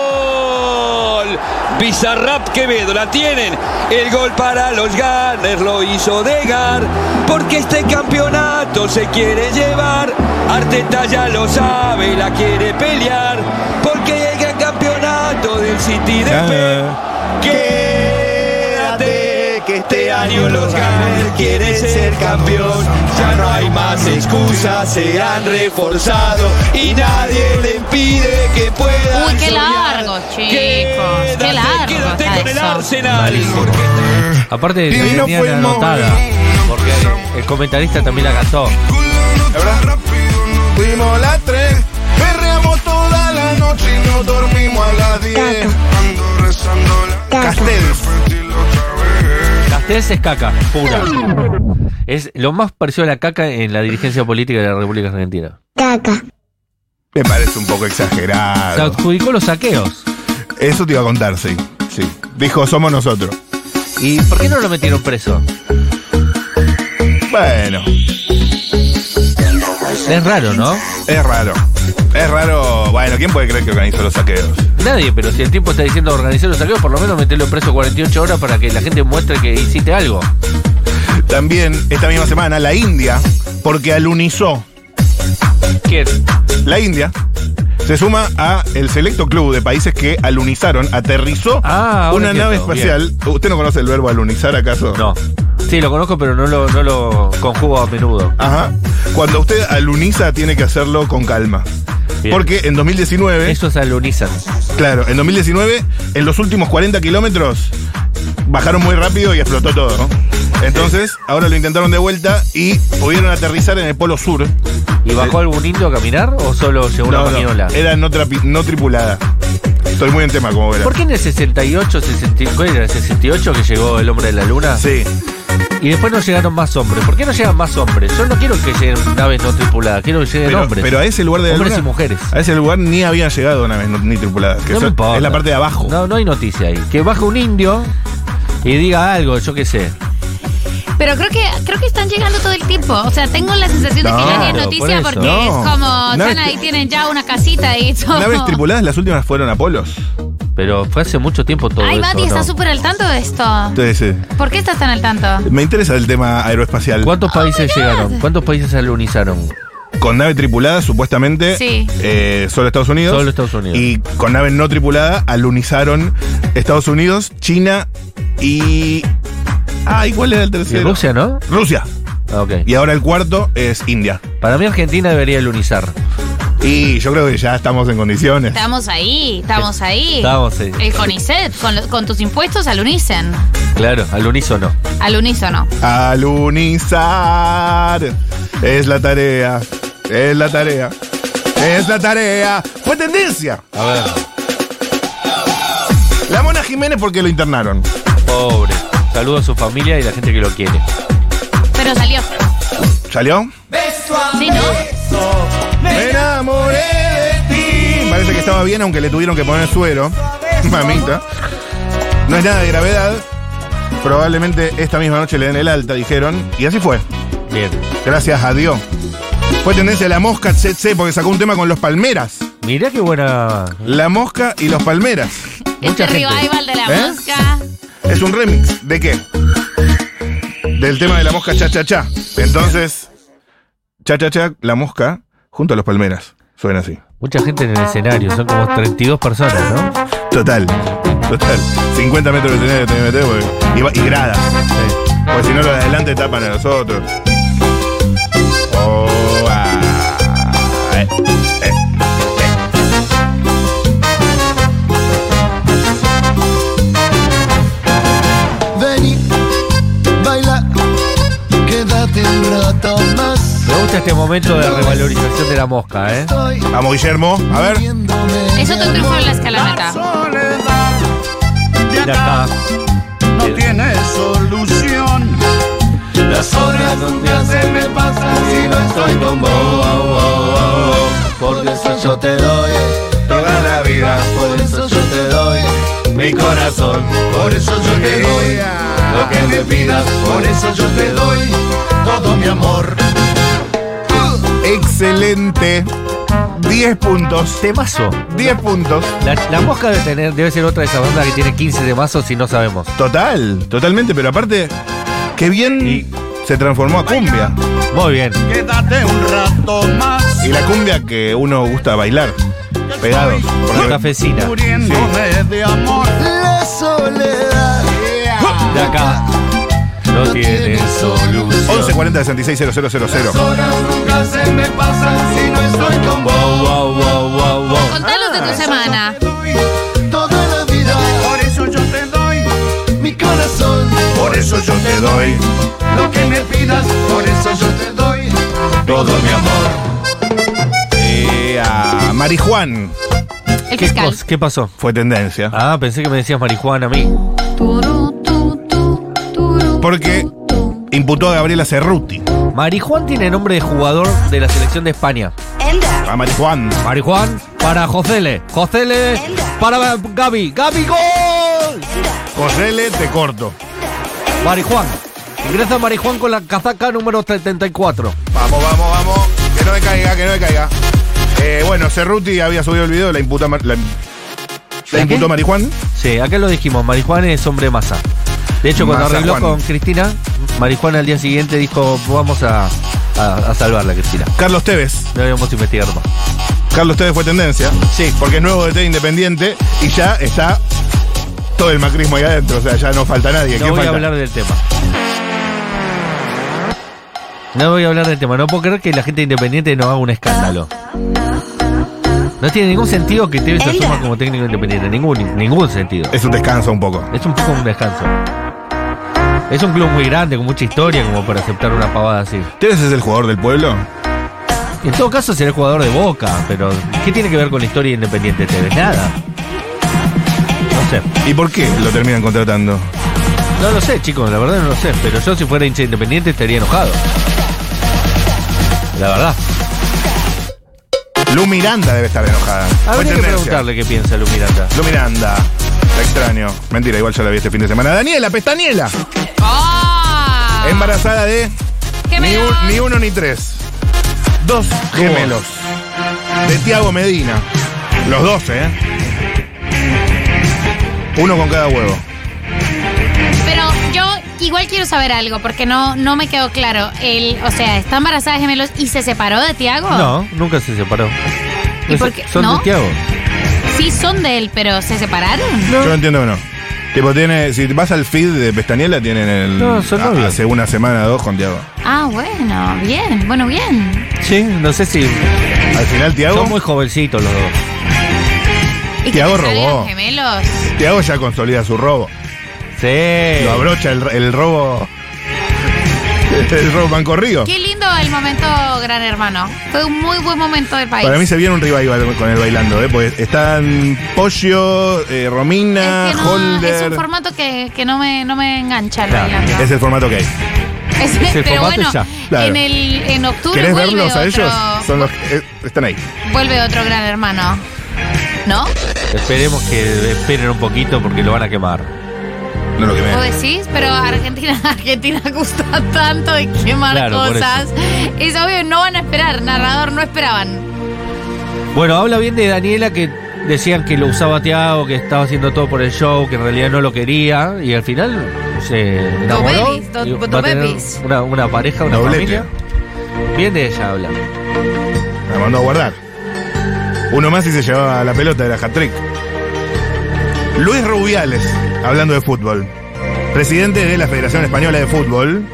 Speaker 6: Gol. Bizarrap Quevedo, la tienen. El gol para los Gunners lo hizo Degar, porque este campeonato se quiere llevar. Arteta ya lo sabe, la quiere pelear, porque llega el gran campeonato del City
Speaker 4: Ah.
Speaker 6: de Pep. Quédate, que este año los Gunners quieren ser campeón. Ya no hay más excusas, se han reforzado y nadie le impide que pueda.
Speaker 1: Uy, qué largo, chicos, qué largo.
Speaker 6: Quédate
Speaker 1: está
Speaker 6: con el
Speaker 1: eso.
Speaker 6: Arsenal.
Speaker 5: Aparte, la
Speaker 4: Divino
Speaker 5: tenían
Speaker 4: fue el
Speaker 5: anotada. Porque el comentarista también la cantó.
Speaker 4: ¿Verdad? Fuimos a las 3, perreamos toda la noche y nos dormimos a las 10. Castells.
Speaker 5: Castells es caca, pura. Es lo más parecido a la caca en la dirigencia política de la República Argentina.
Speaker 4: Me parece un poco
Speaker 5: Se
Speaker 4: exagerado.
Speaker 5: adjudicó los saqueos.
Speaker 4: Eso te iba a contar, sí. sí. Dijo, somos nosotros.
Speaker 5: ¿Y por qué no lo metieron preso?
Speaker 4: Bueno,
Speaker 5: Es raro, ¿no?
Speaker 4: es raro. Es raro. Bueno, ¿quién puede creer que organizó los saqueos?
Speaker 5: Nadie, pero si el tipo está diciendo organizar los saqueos, por lo menos meterlo preso 48 horas para que la gente muestre que hiciste algo.
Speaker 4: También, esta misma semana, la India, porque alunizó
Speaker 5: ¿Quién?
Speaker 4: la India. Se suma a el selecto club de países que alunizaron, aterrizó
Speaker 5: Ah, ahora
Speaker 4: una nave
Speaker 5: entiendo,
Speaker 4: espacial. ¿Usted no conoce el verbo alunizar acaso?
Speaker 5: No. Sí, lo conozco, pero no lo, no lo conjugo a menudo.
Speaker 4: Ajá. Cuando usted aluniza tiene que hacerlo con calma.
Speaker 5: Bien.
Speaker 4: Porque en 2019,
Speaker 5: Eso es alunizan.
Speaker 4: claro, en 2019, en los últimos 40 kilómetros bajaron muy rápido y explotó todo. ¿no? Entonces, ahora lo intentaron de vuelta y pudieron aterrizar en el Polo Sur.
Speaker 5: ¿Y bajó algún indio a caminar o solo llegó una
Speaker 4: ¿Eh? No, no,
Speaker 5: maquinola?
Speaker 4: era no, trapi- no tripulada. Estoy muy en tema, como verás.
Speaker 5: ¿Por qué en el 68, 60, cuál era el 68 que llegó el hombre de la luna?
Speaker 4: Sí.
Speaker 5: Y después no llegaron más hombres. ¿Por qué no llegan más hombres? Yo no quiero que lleguen naves no tripuladas, quiero que lleguen
Speaker 4: Pero,
Speaker 5: hombres.
Speaker 4: pero a ese lugar de la
Speaker 5: hombres
Speaker 4: luna-
Speaker 5: y mujeres.
Speaker 4: A ese lugar ni habían llegado una vez no- ni tripuladas. que
Speaker 5: No
Speaker 4: eso
Speaker 5: me importa.
Speaker 4: es la parte de abajo.
Speaker 5: No, no hay noticia ahí. Que baje un indio y diga algo, yo qué sé.
Speaker 1: Pero creo que creo que están llegando todo el tiempo. O sea, tengo la sensación de que ya ni hay
Speaker 5: No,
Speaker 1: noticia
Speaker 5: por eso.
Speaker 1: porque
Speaker 4: No.
Speaker 1: es como
Speaker 4: Naves
Speaker 1: están ahí,
Speaker 4: tri-
Speaker 1: tienen ya una casita y todo.
Speaker 4: Naves tripuladas, las últimas fueron Apolos.
Speaker 5: Pero fue hace mucho tiempo todo
Speaker 1: (laughs) Ay,
Speaker 5: eso,
Speaker 1: Mati,
Speaker 5: ¿no?
Speaker 1: estás súper al tanto de esto.
Speaker 4: Entonces, eh,
Speaker 1: ¿Por qué estás tan al tanto?
Speaker 4: me interesa el tema aeroespacial.
Speaker 5: ¿Cuántos
Speaker 1: Oh
Speaker 5: países
Speaker 1: my God.
Speaker 5: llegaron? ¿Cuántos países alunizaron?
Speaker 4: Con nave tripulada, supuestamente,
Speaker 1: Sí.
Speaker 4: eh, solo Estados Unidos.
Speaker 5: Solo Estados Unidos.
Speaker 4: Y con nave no tripulada, alunizaron Estados Unidos, China y. Ah, ¿y cuál era el
Speaker 5: Y
Speaker 4: tercero?
Speaker 5: Rusia, ¿no?
Speaker 4: Rusia.
Speaker 5: Ah, ok.
Speaker 4: Y ahora el cuarto es India.
Speaker 5: Para mí Argentina debería alunizar.
Speaker 4: Y yo creo que ya estamos en condiciones.
Speaker 1: Estamos ahí, estamos ahí.
Speaker 5: Estábamos, eh,
Speaker 1: El CONICET, con, lo- con tus impuestos al unicen,
Speaker 5: claro, al unísono.
Speaker 1: al unísono.
Speaker 4: Alunizar es la tarea, es la tarea, es la tarea. Fue tendencia.
Speaker 5: A ver,
Speaker 4: La Mona Jiménez porque lo internaron.
Speaker 5: pobre. Saludo a su familia y la gente que lo quiere.
Speaker 1: Pero salió.
Speaker 4: ¿Salió?
Speaker 1: ¿Sí, no?
Speaker 4: Me enamoré de ti. Parece que estaba bien, aunque le tuvieron que poner suero. Mamita. No es nada de gravedad. Probablemente esta misma noche le den el alta, dijeron. Y así fue.
Speaker 5: Bien.
Speaker 4: Gracias a Dios. Fue tendencia la mosca CC porque sacó un tema con los palmeras.
Speaker 5: Mirá qué buena.
Speaker 4: La mosca y los palmeras.
Speaker 5: Mucha
Speaker 1: Este
Speaker 5: gente.
Speaker 1: revival de la
Speaker 4: ¿Eh?
Speaker 1: mosca.
Speaker 4: Es un remix. ¿De qué? Del tema de la mosca cha cha cha. Entonces, cha cha cha, la mosca, junto a los palmeras. Suena así.
Speaker 5: Mucha gente en el escenario, son como 32 personas, ¿no?
Speaker 4: Total. Total. 50 metros de escenario tenés que meter porque- y, va- y gradas. Porque si no, los de adelante tapan a nosotros. Oh, ah, eh, eh,
Speaker 7: Vení, baila, quédate un rato más.
Speaker 5: Me gusta este momento de revalorización de la mosca, ¿eh?
Speaker 7: Estoy
Speaker 4: eh. Vamos, Guillermo. A ver.
Speaker 7: viéndome.
Speaker 1: Es otro triunfo en la escalameta.
Speaker 5: Mira acá.
Speaker 8: no tiene solución. Las horas
Speaker 7: Donde hace me pasa si no estoy con vos. oh, Por eso yo te doy
Speaker 4: Toda la vida.
Speaker 7: por eso yo te doy mi corazón. Por eso yo te doy lo que me pidas. Por eso yo te doy todo mi amor.
Speaker 4: Excelente. 10 puntos.
Speaker 5: Temazo.
Speaker 4: 10 puntos.
Speaker 5: La, la mosca debe, tener, debe ser otra de esas bandas que tiene 15 temazos y no sabemos.
Speaker 4: Total, totalmente, pero aparte, qué bien
Speaker 5: Y-
Speaker 4: se transformó a cumbia.
Speaker 5: Muy bien.
Speaker 8: quédate un rato más.
Speaker 4: Y la cumbia que uno gusta bailar, pegados.
Speaker 5: Por la cafecina.
Speaker 8: Muriéndome de amor.
Speaker 7: La soledad
Speaker 5: De acá. No tiene solución.
Speaker 4: 1140 660000
Speaker 7: horas nunca se me pasan si no estoy con vos.
Speaker 5: Wow, wow, wow, wow, wow.
Speaker 1: Contanos de tu semana.
Speaker 7: Toda la vida
Speaker 8: Por eso yo te doy,
Speaker 7: mi corazón.
Speaker 4: Por eso yo te doy.
Speaker 7: Lo que me pidas, por eso yo te doy todo mi amor.
Speaker 4: eh, a Marijuán
Speaker 1: El
Speaker 5: ¿Qué,
Speaker 1: fiscal.
Speaker 5: cos- qué pasó?
Speaker 4: fue tendencia.
Speaker 5: Ah, pensé que me decías marihuana a mí.
Speaker 2: Turú, tu, tu, turú,
Speaker 4: Porque
Speaker 2: tu.
Speaker 4: imputó a Gabriela Cerruti.
Speaker 5: Marijuán tiene nombre de jugador de la selección de España.
Speaker 4: A Marijuán.
Speaker 5: Marijuán para Josele. Josele para Gaby. Gaby gol.
Speaker 4: José Le, te corto.
Speaker 5: Marijuán. Ingresa Marijuán con la casaca número 74.
Speaker 4: Vamos, vamos, vamos. Que no me caiga, que no me caiga. Eh, bueno, Cerruti había subido el video, la, imputa, Mar- la, la
Speaker 5: ¿La
Speaker 4: imputó
Speaker 5: qué?
Speaker 4: Marijuán.
Speaker 5: Sí, acá lo dijimos, Marijuán es hombre masa. De hecho, cuando
Speaker 4: Masa
Speaker 5: arregló
Speaker 4: Juan.
Speaker 5: con Cristina, Marijuán al día siguiente dijo, vamos a, a, a salvarla, Cristina.
Speaker 4: Carlos Tevez.
Speaker 5: No habíamos investigado más.
Speaker 4: Carlos Tevez fue tendencia.
Speaker 5: Sí.
Speaker 4: Porque es nuevo de T Independiente y ya está todo el macrismo ahí adentro. O sea, ya no falta nadie.
Speaker 5: No
Speaker 4: ¿Quién
Speaker 5: voy
Speaker 4: falta?
Speaker 5: a hablar del tema. No voy a hablar del tema. No puedo creer que la gente independiente no haga un escándalo. No tiene ningún sentido que Tevez se asuma como técnico independiente. Ningún, ningún sentido.
Speaker 4: Eso descansa un poco.
Speaker 5: Es un poco un descanso. Es un club muy grande, con mucha historia, como para aceptar una pavada así.
Speaker 4: ¿Tevez es el jugador del pueblo?
Speaker 5: En todo caso será jugador de Boca, pero ¿qué tiene que ver con la historia de independiente Tevez? Nada. No sé.
Speaker 4: ¿Y por qué lo terminan contratando?
Speaker 5: No lo sé, chicos, la verdad no lo sé, pero yo si fuera hincha de independiente estaría enojado. La verdad.
Speaker 4: Lu Miranda debe estar enojada. Fue
Speaker 5: Habría que
Speaker 4: tendencia.
Speaker 5: preguntarle qué piensa Lu Miranda.
Speaker 4: Lu Miranda. La extraño. Mentira, igual ya la vi este fin de semana. Daniela, Pestaniela.
Speaker 1: ¡Ah!
Speaker 4: Embarazada de
Speaker 1: ¡Qué
Speaker 4: ni,
Speaker 1: melón!
Speaker 4: un- ni uno ni tres. Dos gemelos. De Tiago Medina. Los dos, ¿eh? Uno con cada huevo.
Speaker 1: Pero yo igual quiero saber algo, porque no, no me quedó claro. El, o sea, está embarazada de gemelos y se separó de Tiago.
Speaker 5: No, nunca se separó.
Speaker 1: ¿Y
Speaker 5: Es-
Speaker 1: por qué?
Speaker 5: Son
Speaker 1: ¿No?
Speaker 5: de Tiago.
Speaker 1: Sí, son de él, pero se separaron.
Speaker 4: Yo entiendo que no. Tipo, tiene, si vas al feed de Pestañela, tienen el.
Speaker 5: No, son
Speaker 4: a-
Speaker 5: novios.
Speaker 4: hace una semana o dos con Tiago.
Speaker 1: Ah, bueno, bien, bueno, bien.
Speaker 5: Sí, no sé si.
Speaker 4: Al final,
Speaker 5: Son
Speaker 4: Tiago.
Speaker 5: muy jovencitos los dos.
Speaker 1: ¿Y
Speaker 4: Tiago
Speaker 1: que salieron
Speaker 4: robó.
Speaker 1: gemelos.
Speaker 4: Tiago ya consolida su robo.
Speaker 5: Sí.
Speaker 4: Lo abrocha el, el robo. (laughs) El robo Banco Río.
Speaker 1: Qué lindo el momento, gran hermano. Fue un muy buen momento del país.
Speaker 4: Para mí se viene un revival con el bailando, ¿eh? Porque están Pollo, eh, Romina,
Speaker 1: es, que no- es
Speaker 4: Holder.
Speaker 1: un formato que, que no, me, no me engancha el
Speaker 4: Claro,
Speaker 1: bailando.
Speaker 4: es el formato que hay.
Speaker 1: (laughs) Es-
Speaker 5: el
Speaker 1: pero
Speaker 5: formato
Speaker 1: bueno,
Speaker 5: ya,
Speaker 4: claro.
Speaker 1: en, el, en octubre
Speaker 4: ¿Querés
Speaker 1: vuelve
Speaker 4: verlos
Speaker 1: otro,
Speaker 4: a ellos? Son los que, eh, están ahí.
Speaker 1: vuelve otro gran hermano. ¿No?
Speaker 5: Esperemos que esperen un poquito porque lo van a quemar.
Speaker 4: No lo que me.
Speaker 1: ¿Vos decís? Pero Argentina, (laughs) Argentina gusta tanto de quemar
Speaker 5: Claro, por
Speaker 1: cosas. Es obvio, no van a esperar, narrador, no esperaban.
Speaker 5: Bueno, habla bien de Daniela que decían que lo usaba Tiago, que estaba haciendo todo por el show, que en realidad no lo quería y al final se enamoró.
Speaker 1: Dobepis, do-
Speaker 5: y va a tener
Speaker 1: Dobepis.
Speaker 5: una, una pareja, una
Speaker 4: Doblete.
Speaker 5: familia. Bien de ella habla.
Speaker 4: La mandó a guardar. Uno más y se llevaba la pelota de la hat-trick. Luis Rubiales, hablando de fútbol. Presidente de la Federación Española de Fútbol.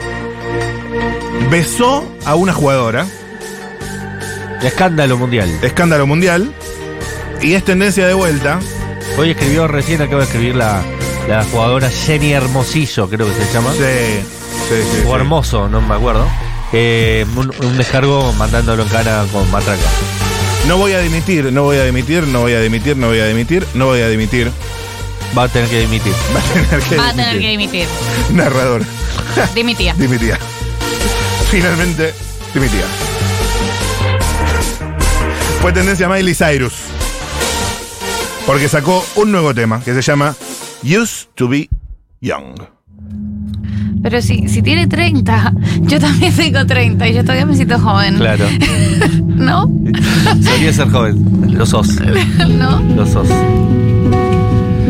Speaker 4: Besó a una jugadora.
Speaker 5: Escándalo mundial.
Speaker 4: Escándalo mundial. Y es tendencia de vuelta.
Speaker 5: Hoy escribió recién, acaba de escribir la, la jugadora Jenny Hermosillo, creo que se llama.
Speaker 4: Sí, sí, sí, sí.
Speaker 5: O ¿Ah? Hermoso, no me acuerdo. Eh, un, un descargo mandándolo en cara con matraca.
Speaker 4: No voy a dimitir, no voy a dimitir, no voy a dimitir, no voy a dimitir, no voy a dimitir. (laughs)
Speaker 5: Va a tener que dimitir.
Speaker 4: Va a tener que
Speaker 1: Va a tener que
Speaker 4: dimitir. (laughs)
Speaker 1: dimitir.
Speaker 4: Narrador.
Speaker 1: Dimitía.
Speaker 4: Dimitía. Finalmente, dimitía. Fue tendencia Miley Cyrus. Porque sacó un nuevo tema que se llama Used to Be Young.
Speaker 1: Pero si, si tiene 30, yo también tengo 30 y yo todavía me siento joven.
Speaker 5: Claro.
Speaker 1: ¿No?
Speaker 5: Solía ser joven. Lo sos.
Speaker 1: ¿No?
Speaker 5: Lo sos.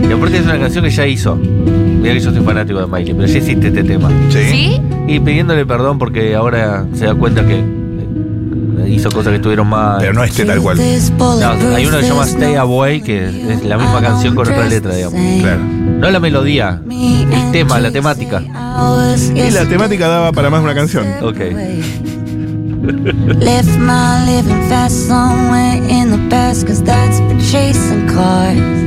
Speaker 5: Y aparte es una canción que ya hizo. Mira que yo soy fanático de Miley, pero ya hiciste este tema.
Speaker 1: ¿Sí?
Speaker 5: Y pidiéndole perdón porque ahora se da cuenta que eh, hizo cosas que estuvieron mal.
Speaker 4: Pero no este tal cual.
Speaker 5: No, hay uno que se llama Stay Away, que es la misma canción con otra letra, digamos.
Speaker 4: Claro.
Speaker 5: No la melodía, el tema, la temática.
Speaker 4: Y la temática daba para más de una canción.
Speaker 5: Ok.
Speaker 9: Left my living fast somewhere in the past, cause that's for chasing cars.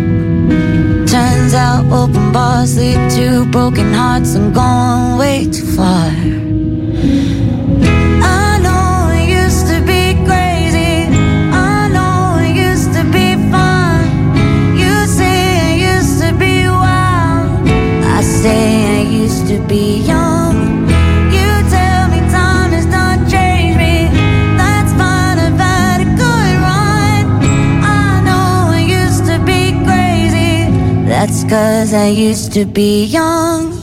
Speaker 9: Turns out open bars lead to broken hearts and going way too far. I know it used to be crazy. I know it used to be fun. You say I used to be wild. I say I used to be young. You tell me time has not changed me. That's fine, I've had a good run. I know I used to be crazy. That's cause I used to be young.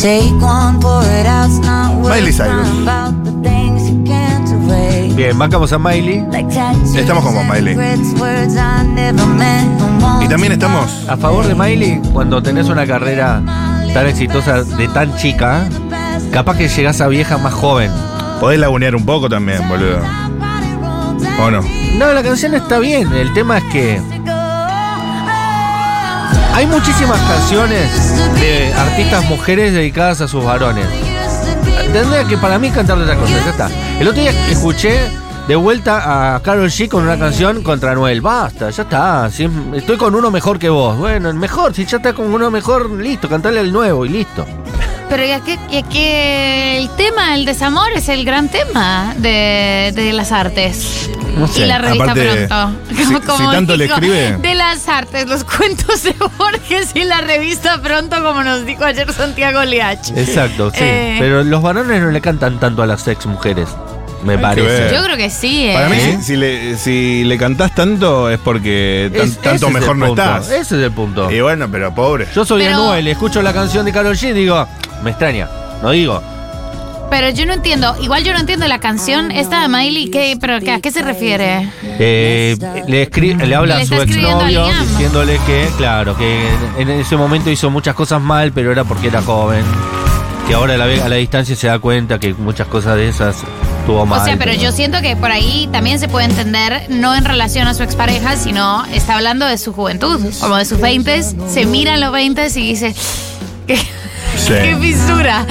Speaker 9: Take one, pour it out, it's not worth
Speaker 4: Miley Cyrus.
Speaker 9: crying about the things you can't erase.
Speaker 5: Bien, bancamos a Miley.
Speaker 9: Like tattoos
Speaker 4: Estamos con Bob
Speaker 9: and
Speaker 4: Marley.
Speaker 9: regrets, words I never meant, no one
Speaker 4: Y también
Speaker 9: to
Speaker 4: estamos
Speaker 5: A favor de Miley, cuando tenés una carrera tan exitosa de tan chica, capaz que llegás a vieja más joven.
Speaker 4: Podés lagunear un poco también, boludo. ¿O no?
Speaker 5: No, la canción está bien. El tema es que
Speaker 9: Oh,
Speaker 5: hay muchísimas canciones de artistas mujeres dedicadas a sus varones. Tendría que para mí cantar otra cosa, ya está. El otro día escuché de vuelta a Carol G con una canción contra Noel. Basta, ya está. Si es- estoy con uno mejor que vos. Bueno, el mejor, si ya está con uno mejor, listo, cantale al nuevo y listo.
Speaker 1: Pero ya que, ya que el tema, el desamor, es el gran tema de, de las artes.
Speaker 5: No sé,
Speaker 1: y la revista
Speaker 4: aparte,
Speaker 1: pronto.
Speaker 4: si- si tanto le escribe.
Speaker 1: De las artes, los cuentos de Borges y la revista pronto, como nos dijo ayer Santiago Liach.
Speaker 5: Exacto, sí.
Speaker 1: Eh.
Speaker 5: Pero los varones no le cantan tanto a las ex mujeres, me
Speaker 4: que
Speaker 5: parece.
Speaker 4: ver.
Speaker 1: Yo creo que sí, ¿eh?
Speaker 4: Para mí,
Speaker 5: ¿Eh?
Speaker 4: si, si le, si le cantás tanto es porque tan-
Speaker 5: Es- ese
Speaker 4: tanto
Speaker 5: es el
Speaker 4: mejor no
Speaker 5: punto,
Speaker 4: estás. Eh,
Speaker 5: Ese es el punto.
Speaker 4: Y bueno, pero pobre.
Speaker 5: Yo soy
Speaker 1: Pero-
Speaker 5: Anuel, escucho la canción de Karol G y digo, me extraña. No digo,
Speaker 1: Pero yo no entiendo, igual yo no entiendo la canción esta de Miley, ¿qué, pero ¿a qué se refiere?
Speaker 5: Eh, le, escri- le habla
Speaker 1: Le
Speaker 5: a su
Speaker 1: está escribiendo a
Speaker 5: exnovio
Speaker 1: Liam.
Speaker 5: diciéndole que, claro, que en ese momento hizo muchas cosas mal, pero era porque era joven. Que ahora a la, ve- a la distancia se da cuenta que muchas cosas de esas tuvo mal.
Speaker 1: O sea, pero yo siento que por ahí también se puede entender, no en relación a su expareja, sino está hablando de su juventud, como de sus 20, se mira a los 20 y dice, (laughs) qué,
Speaker 4: Sí.
Speaker 1: qué fisura,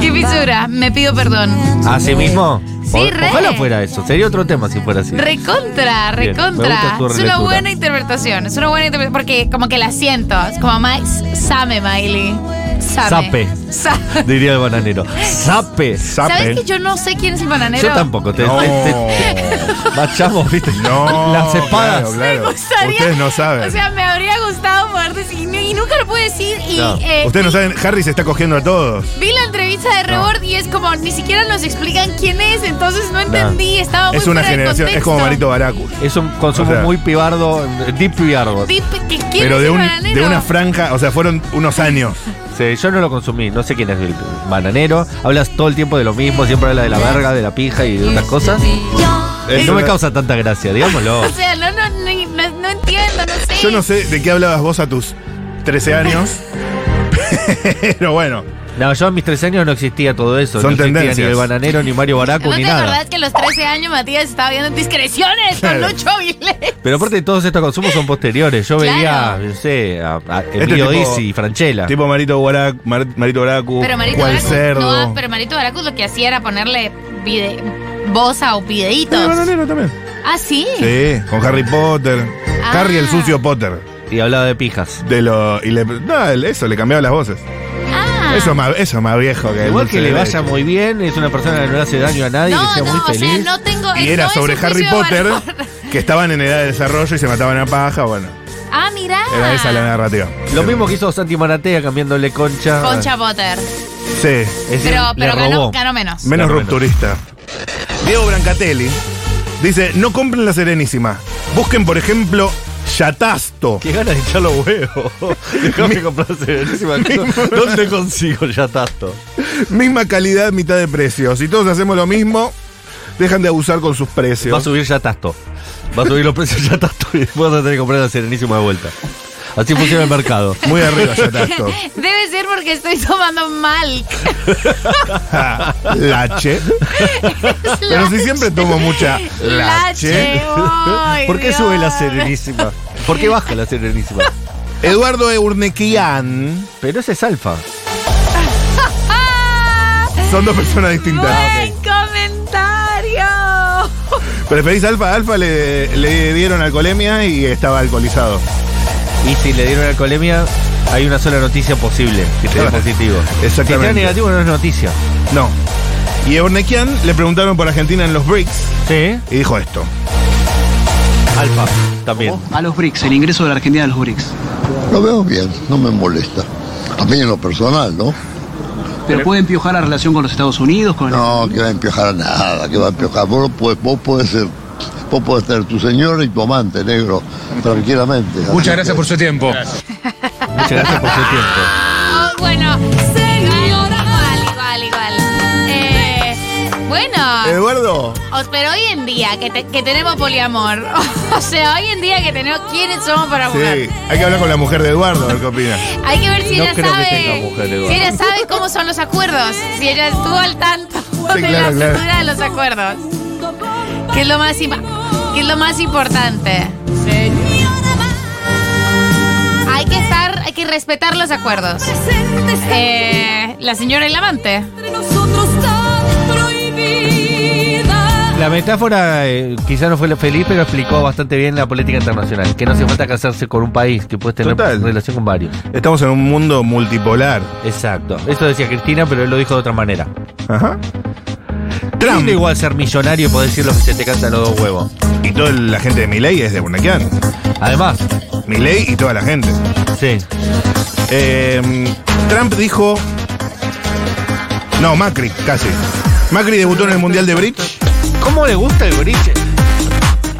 Speaker 1: qué fisura, me pido perdón.
Speaker 5: ¿Así Ah, mismo?
Speaker 1: Sí,
Speaker 5: O-
Speaker 1: re.
Speaker 5: Ojalá fuera eso. Sería otro tema si fuera así.
Speaker 1: Recontra,
Speaker 5: Bien, me
Speaker 1: recontra.
Speaker 5: gusta tu
Speaker 1: Es una
Speaker 5: relectura.
Speaker 1: buena interpretación, es una buena interpretación, porque como que la siento, es como más, same, Miley. Same.
Speaker 5: Sape.
Speaker 1: Sa-
Speaker 5: Diría el bananero. ¡Sape!
Speaker 1: ¿Sabes que yo no sé quién es el bananero?
Speaker 5: Yo tampoco. Te,
Speaker 4: No.
Speaker 5: te-
Speaker 4: (laughs)
Speaker 5: te- machamos, ¿viste?
Speaker 4: No,
Speaker 5: Las espadas.
Speaker 4: Claro, claro.
Speaker 1: Me gustaría-
Speaker 4: Ustedes no saben.
Speaker 1: O sea, me habría gustado poder decir, y nunca lo pude decir. Y,
Speaker 5: No.
Speaker 1: eh,
Speaker 4: Ustedes no saben, Harry se está cogiendo a todos.
Speaker 1: Vi la entrevista de Rebord y es como, ni siquiera nos explican quién es, entonces no entendí, estaba muy
Speaker 4: Es una
Speaker 1: fuera de
Speaker 4: generación, es
Speaker 1: contexto.
Speaker 4: como Marito Baracus.
Speaker 5: Es un consumo
Speaker 4: O sea.
Speaker 5: muy pibardo, deep pibardo.
Speaker 1: Tip, pues, ¿que ¿Quién
Speaker 4: Pero
Speaker 1: es
Speaker 4: de,
Speaker 1: el
Speaker 4: un-
Speaker 1: bananero?
Speaker 4: de una franja, o sea, fueron unos años.
Speaker 5: Sí, yo no lo consumí, no sé quién es el bananero. Hablas todo el tiempo de lo mismo, siempre habla de la verga, de la pija y de otras cosas. Eh, No
Speaker 4: Eh,
Speaker 5: me causa tanta
Speaker 1: (laughs)
Speaker 5: gracia, digámoslo.
Speaker 1: O sea, no, no, ni- no, no entiendo, no sé.
Speaker 4: Yo no sé de qué hablabas vos a tus 13 (laughs) años. Pero bueno,
Speaker 5: No, yo a mis tres años no existía todo eso. no
Speaker 4: Son
Speaker 5: existía
Speaker 4: tendencias.
Speaker 5: ni el bananero, ni Mario Baracu,
Speaker 1: ¿No te
Speaker 5: ni nada.
Speaker 1: acordás que a los 13 años Matías estaba viendo discreciones con
Speaker 4: Claro.
Speaker 1: Lucho Avilés?
Speaker 5: Pero aparte todos estos consumos son posteriores. Yo
Speaker 1: Claro.
Speaker 5: veía, no sé, a, a
Speaker 4: Este tipo-
Speaker 5: Emilio Dizzy, Franchella.
Speaker 4: tipo Marito Baracu, Marito Baracu,
Speaker 1: Pero Marito
Speaker 4: Uh, cual
Speaker 1: Baracus,
Speaker 4: cerdo.
Speaker 1: no, pero Marito Baracus lo que hacía era ponerle vide, voz a o
Speaker 4: Sí,
Speaker 1: videitos.
Speaker 4: bananero también.
Speaker 1: Ah, sí.
Speaker 4: Sí, con Harry Potter.
Speaker 1: Ah.
Speaker 4: Harry el sucio Potter.
Speaker 5: Y hablaba de pijas.
Speaker 4: De lo, y le, no, el- eso, le cambiaba las voces.
Speaker 1: Ah.
Speaker 4: Eso, es más, eso es más viejo que el
Speaker 5: Igual
Speaker 4: dulce
Speaker 5: que le
Speaker 4: de
Speaker 5: vaya
Speaker 4: leche.
Speaker 5: muy bien, es una persona que no le hace daño a nadie, que sea muy
Speaker 1: O sea,
Speaker 5: feliz.
Speaker 1: no tengo.
Speaker 4: Y
Speaker 1: eh,
Speaker 4: era
Speaker 1: no es
Speaker 4: sobre
Speaker 1: un
Speaker 4: Harry
Speaker 1: juicio de
Speaker 4: Potter,
Speaker 1: valor.
Speaker 4: que estaban en edad de desarrollo y se mataban a paja. Bueno,
Speaker 1: Ah, mirá.
Speaker 4: era esa la narrativa.
Speaker 5: Lo mismo que hizo Santi Maratea cambiándole concha.
Speaker 1: Concha Potter.
Speaker 4: Sí,
Speaker 5: Es decir,
Speaker 1: Pero,
Speaker 5: le
Speaker 1: pero
Speaker 5: robó.
Speaker 1: ganó, ganó menos.
Speaker 4: menos
Speaker 5: Claro,
Speaker 4: rupturista. Diego Brancatelli dice: No compren la Serenísima. Busquen, por ejemplo, Yatasto.
Speaker 5: Qué ganas de echar los huevos. Déjame comprar serenísima. ¿Dónde consigo ya tanto?
Speaker 4: Misma calidad, mitad de precio. Si todos hacemos lo mismo, dejan de abusar con sus
Speaker 5: Va a
Speaker 4: precios.
Speaker 5: subir ya tasto. Va a subir los precios ya tasto y después vas a tener que comprar la serenísima de vuelta. Así funciona el mercado.
Speaker 4: Muy arriba, Yatasto.
Speaker 1: Debe ser porque estoy tomando mal. (laughs)
Speaker 4: Ja, lache. Ah, Pero si siempre tomo mucha lache.
Speaker 1: Lache. Ay,
Speaker 5: ¿Por qué sube la
Speaker 1: Dios.
Speaker 5: serenísima? ¿Por qué baja la serenísima?
Speaker 4: Eduardo Eurnequian.
Speaker 5: Pero ese es alfa.
Speaker 1: (laughs) ¡Ah!
Speaker 4: Son dos personas distintas.
Speaker 1: ¡Buen comentario!
Speaker 4: ¿Preferís alfa? Alfa le, le dieron alcoholemia y estaba alcoholizado.
Speaker 5: Y si le dieron alcoholemia, hay una sola noticia posible. Si te da
Speaker 4: Claro.
Speaker 5: positivo. Si te da
Speaker 4: Exactamente.
Speaker 5: negativo, no es noticia.
Speaker 4: No. Y Eurnequian le preguntaron por Argentina en los BRICS
Speaker 5: Sí.
Speaker 4: y dijo esto.
Speaker 5: Alfa. También.
Speaker 10: A los BRICS, el ingreso de la Argentina a los BRICS.
Speaker 11: Lo veo bien, no me molesta. A mí en lo personal, ¿no?
Speaker 10: Pero puede empiojar la relación con los Estados Unidos, con el-
Speaker 11: No, que va a empiojar a nada, que va a empiojar. Vos, no podés- vos podés ser, vos podés tener tu señora y tu amante, negro, tranquilamente. Muchas gracias por
Speaker 7: su tiempo.
Speaker 5: Muchas gracias por su tiempo.
Speaker 1: Ah, bueno, igual, igual, igual. igual. Eh,
Speaker 4: Eh,
Speaker 1: bueno.
Speaker 4: Eduardo,
Speaker 1: O- Pero hoy en día que, te- que tenemos poliamor, (laughs) o sea, hoy en día que tenemos quiénes somos para
Speaker 4: sí,
Speaker 1: jugar.
Speaker 4: hay que hablar con la mujer de Eduardo, a ver qué opina.
Speaker 1: Hay que ver si
Speaker 5: No
Speaker 1: ella
Speaker 5: creo que
Speaker 1: sabe.
Speaker 5: tenga mujer, Eduardo.
Speaker 1: si ella sabe cómo son los acuerdos. Si ella estuvo al tanto de la
Speaker 4: claro, claro.
Speaker 1: estructura de los acuerdos. Que es lo más, im- que es lo más importante. Hay que estar, hay que respetar los acuerdos. Eh, la señora y el amante.
Speaker 5: La metáfora eh, quizá no fue la feliz, pero explicó bastante bien la política internacional. Que no hace falta casarse con un país, que puedes tener
Speaker 4: Total.
Speaker 5: relación con varios.
Speaker 4: Estamos en un mundo multipolar.
Speaker 5: Exacto. Eso decía Cristina, pero él lo dijo de otra manera.
Speaker 4: Ajá.
Speaker 5: Trump.
Speaker 4: Trump.
Speaker 5: igual ser millonario y poder decir lo que se te canta los dos huevos.
Speaker 4: Y toda la gente de Milei es de Burnequian.
Speaker 5: Además,
Speaker 4: Milei y toda la gente.
Speaker 5: sí.
Speaker 4: Eh, Trump dijo. No, Macri, casi. Macri debutó en el Mundial de Bridge
Speaker 5: ¿Cómo le gusta el bridge?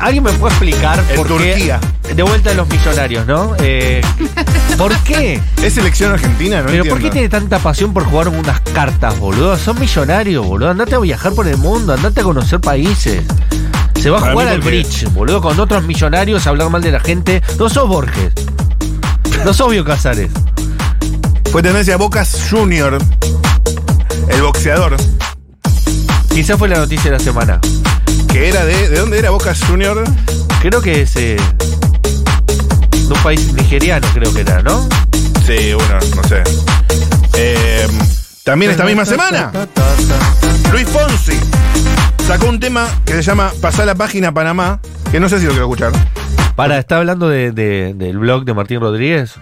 Speaker 5: ¿Alguien me puede explicar
Speaker 4: en
Speaker 5: por qué
Speaker 4: Turquía.
Speaker 5: de vuelta a los millonarios, ¿no? Eh, ¿Por qué?
Speaker 4: Es selección argentina, ¿no?
Speaker 5: ¿Pero
Speaker 4: entiendo.
Speaker 5: por qué tiene tanta pasión por jugar unas cartas, boludo? Son millonarios, boludo. Andate a viajar por el mundo, andate a conocer países. Se va a
Speaker 4: Para
Speaker 5: jugar
Speaker 4: mí
Speaker 5: al
Speaker 4: porque-
Speaker 5: bridge, boludo, con otros millonarios, a hablar mal de la gente. No sos Borges. No sos Bio Casares.
Speaker 4: Fue tendencia a Bocas Junior, el boxeador,
Speaker 5: Quizás fue la noticia de la semana.
Speaker 4: que era de. ¿De dónde era Bocas Junior?
Speaker 5: Creo que es eh, de un país nigeriano, creo que era, ¿no?
Speaker 4: Sí, bueno, no sé. Eh, también esta misma semana, Luis Fonsi sacó un tema que se llama Pasar la página Panamá, que no sé si lo quiero escuchar.
Speaker 5: Para, está hablando de- de- del blog de Martín Rodríguez.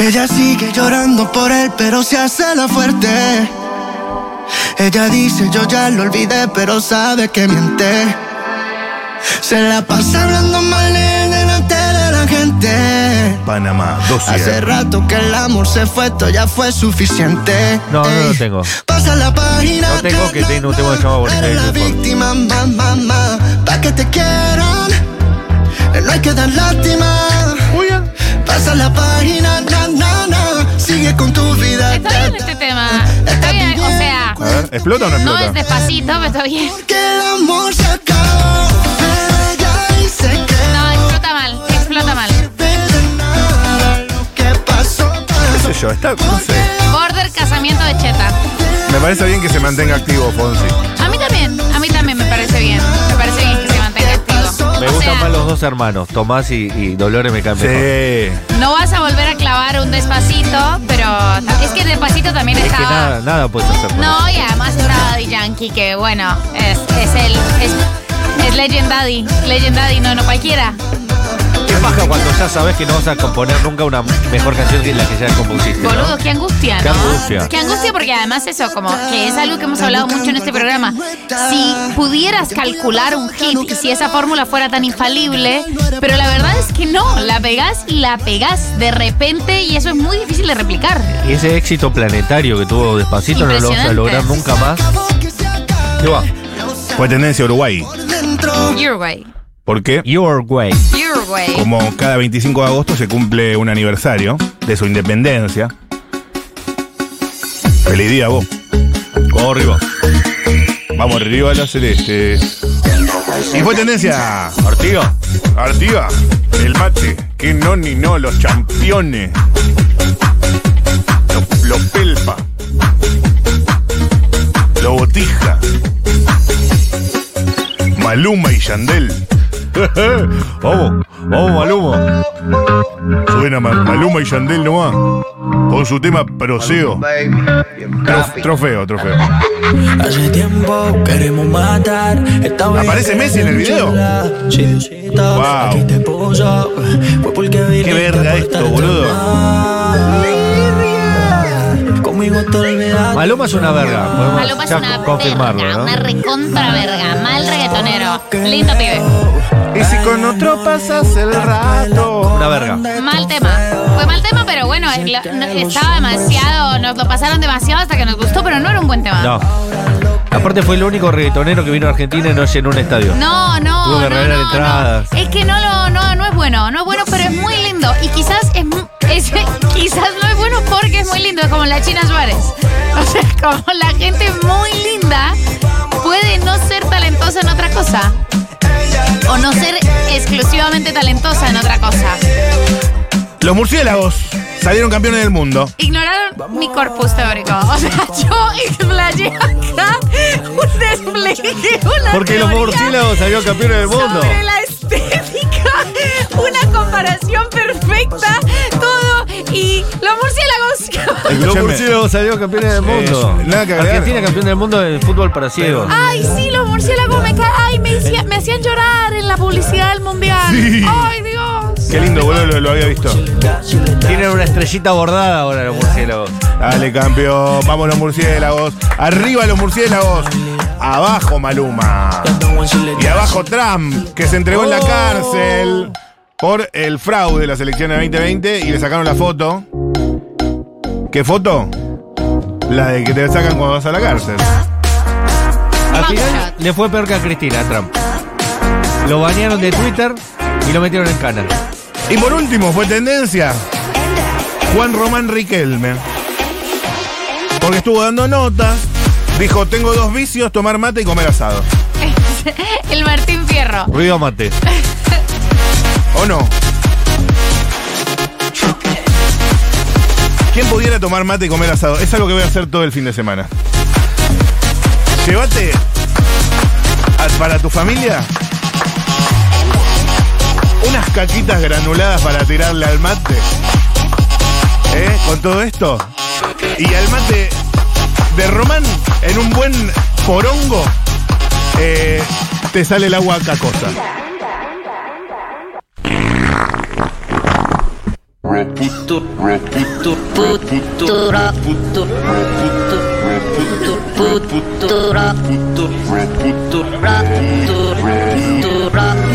Speaker 12: Ella sigue llorando por él, pero se hace la fuerte. Ella dice, yo ya lo olvidé, pero sabe que miente. Se la pasa hablando mal de él delante de la gente.
Speaker 4: Panamá, 12.
Speaker 12: Hace rato que el amor se fue, esto ya fue suficiente.
Speaker 5: No, no lo tengo.
Speaker 12: Pasa la página,
Speaker 5: No tengo que tengo un tema que se llama Bonita de
Speaker 12: eres la
Speaker 5: Grupo.
Speaker 12: víctima, mamá, mamá. Pa' que te quieran, no hay que dar lástima. Pasa la página, na, na, na. Sigue con tu vida.
Speaker 1: Está bien este tema. Está bien, o sea,
Speaker 4: A ver, ¿explota o no
Speaker 1: no es
Speaker 4: explota?
Speaker 1: despacito, pero está bien.
Speaker 12: Que el amor se acabó. Pero ella dice que
Speaker 1: No, explota mal, explota mal.
Speaker 12: de nada lo que pasó.
Speaker 4: ¿Qué sé yo? Está, no sé.
Speaker 1: Border casamiento de Cheta.
Speaker 4: Me parece bien que se mantenga activo, Fonsi.
Speaker 1: A mí también, a mí también me parece bien. Me parece bien que se mantenga activo.
Speaker 5: Me
Speaker 1: O
Speaker 5: gustan
Speaker 1: sea,
Speaker 5: más los dos hermanos, Tomás y, y Dolores me caen mejor.
Speaker 4: Sí.
Speaker 1: No vas a volver a clavar un despacito, pero es que el despacito también
Speaker 5: Es que
Speaker 1: estaba.
Speaker 5: nada, nada puedes hacer. con
Speaker 1: No, y además estaba Daddy Yankee, que bueno, es, es el. Es, es Legend Daddy. Legend Daddy, no, no cualquiera.
Speaker 5: eso. ¿Qué pasa cuando ya sabes que no vas a componer nunca una mejor canción que la que ya compusiste? ¿no?
Speaker 1: Boludo, qué angustia, ¿no?
Speaker 5: Qué angustia.
Speaker 1: Qué angustia porque además eso, como que es algo que hemos hablado mucho en este programa. Si pudieras calcular un hit y si esa fórmula fuera tan infalible, pero la verdad es que no, la pegás y la pegás de repente y eso es muy difícil de replicar.
Speaker 5: Y ese éxito planetario que tuvo despacito no lo vas a
Speaker 1: Impresionante.
Speaker 5: lograr nunca más. ¿Qué va?
Speaker 4: Fue tendencia a Uruguay.
Speaker 1: Your way,
Speaker 4: ¿Por qué?
Speaker 5: Your Way.
Speaker 1: your way.
Speaker 4: Como cada 25 de agosto se cumple un aniversario de su independencia. Feliz día, vos. Vamos arriba. Vamos arriba a la celeste. Y fue tendencia.
Speaker 5: Ortigo.
Speaker 4: Arriba. El mate. Que no ni no. Los campeones. Los lo pelpa. Los botija. Maluma y (laughs) Yandel.
Speaker 5: Vamos, vamos, Malumo.
Speaker 4: Suena Ma- Maluma y Yandel nomás. Con su tema Proseo. Trof- trofeo, trofeo.
Speaker 13: Hace tiempo queremos matar. Esta vez
Speaker 4: ¿Aparece Messi en el video?
Speaker 13: chula, chichita,
Speaker 4: Wow.
Speaker 13: aquí te puso. Fue porque viniste
Speaker 4: Qué verga
Speaker 13: a
Speaker 4: esto,
Speaker 13: portarte
Speaker 4: boludo.
Speaker 13: mal. Conmigo te olvidaste.
Speaker 5: Maluma es una verga. Podemos
Speaker 1: Maluma es
Speaker 5: ya
Speaker 1: una
Speaker 5: confirmarlo,
Speaker 1: verga,
Speaker 5: ¿no?
Speaker 1: una recontra verga, mal reggaetonero. Lindo pibe.
Speaker 4: Y si con otro pasas el rato.
Speaker 5: Una verga.
Speaker 1: Mal tema. Fue mal tema, pero bueno, es la- no- estaba demasiado, nos lo pasaron demasiado hasta que nos gustó, pero no era un buen tema.
Speaker 5: No. Aparte fue el único reggaetonero que vino a Argentina y no llenó un estadio.
Speaker 1: No, no.
Speaker 5: Tuvo que
Speaker 1: no,
Speaker 5: regalar
Speaker 1: no,
Speaker 5: entradas.
Speaker 1: no. Es que no lo, no, no es bueno, no es bueno, pero es muy lindo. Y quizás es, mu- es- (laughs) quizás no es bueno porque es muy lindo, es como la China Suárez. O sea, es como la gente muy linda puede no ser talentosa en otra cosa. O no ser exclusivamente talentosa en otra cosa.
Speaker 4: Los murciélagos salieron campeones del mundo.
Speaker 1: Ignoraron mi corpus teórico. O sea, yo explayé acá un despliegue, una
Speaker 5: Porque los
Speaker 1: teoría
Speaker 5: murciélagos salieron campeones del mundo.
Speaker 1: Sobre la estética, una comparación perfecta, todo. Y los murciélagos.
Speaker 5: Los
Speaker 4: Escúchame.
Speaker 5: murciélagos salieron campeones del mundo.
Speaker 4: nada que agregar.
Speaker 5: Argentina campeón del mundo de fútbol para ciegos.
Speaker 1: Ay, sí, los murciélagos me ca- Ay, me, hacía- me hacían llorar en la publicidad del mundial.
Speaker 4: Sí.
Speaker 1: Ay, Dios.
Speaker 4: Qué lindo, boludo, lo, lo había visto.
Speaker 5: Tienen una estrellita bordada ahora los murciélagos.
Speaker 4: Dale, campeón. Vamos los murciélagos. Arriba los murciélagos. Abajo Maluma. Y abajo Trump, que se entregó en la cárcel por el fraude de las elecciones de 2020 y le sacaron la foto. ¿Qué foto? La de que te sacan cuando vas a la cárcel.
Speaker 5: Al
Speaker 1: Vamos,
Speaker 5: final
Speaker 1: Jack.
Speaker 5: le fue peor que a Cristina a Trump. Lo banearon de Twitter Y lo metieron en cana.
Speaker 4: Y por último, fue tendencia. Juan Román Riquelme. Porque estuvo dando notas. Dijo, tengo dos vicios, tomar mate y comer asado.
Speaker 1: El Martín Fierro.
Speaker 5: Ruido mate.
Speaker 4: ¿O no? ¿Quién pudiera tomar mate y comer asado? Es algo que voy a hacer todo el fin de semana. Llévate a- para tu familia unas caquitas granuladas para tirarle al mate. ¿Eh? Con todo esto. Y al mate de Román en un buen porongo eh, te sale el agua cacosa.
Speaker 7: Reputo, reputo, reputo, reputo, reputo, reputo, reputo, reputo, reputo, reputo, reputo, reputo,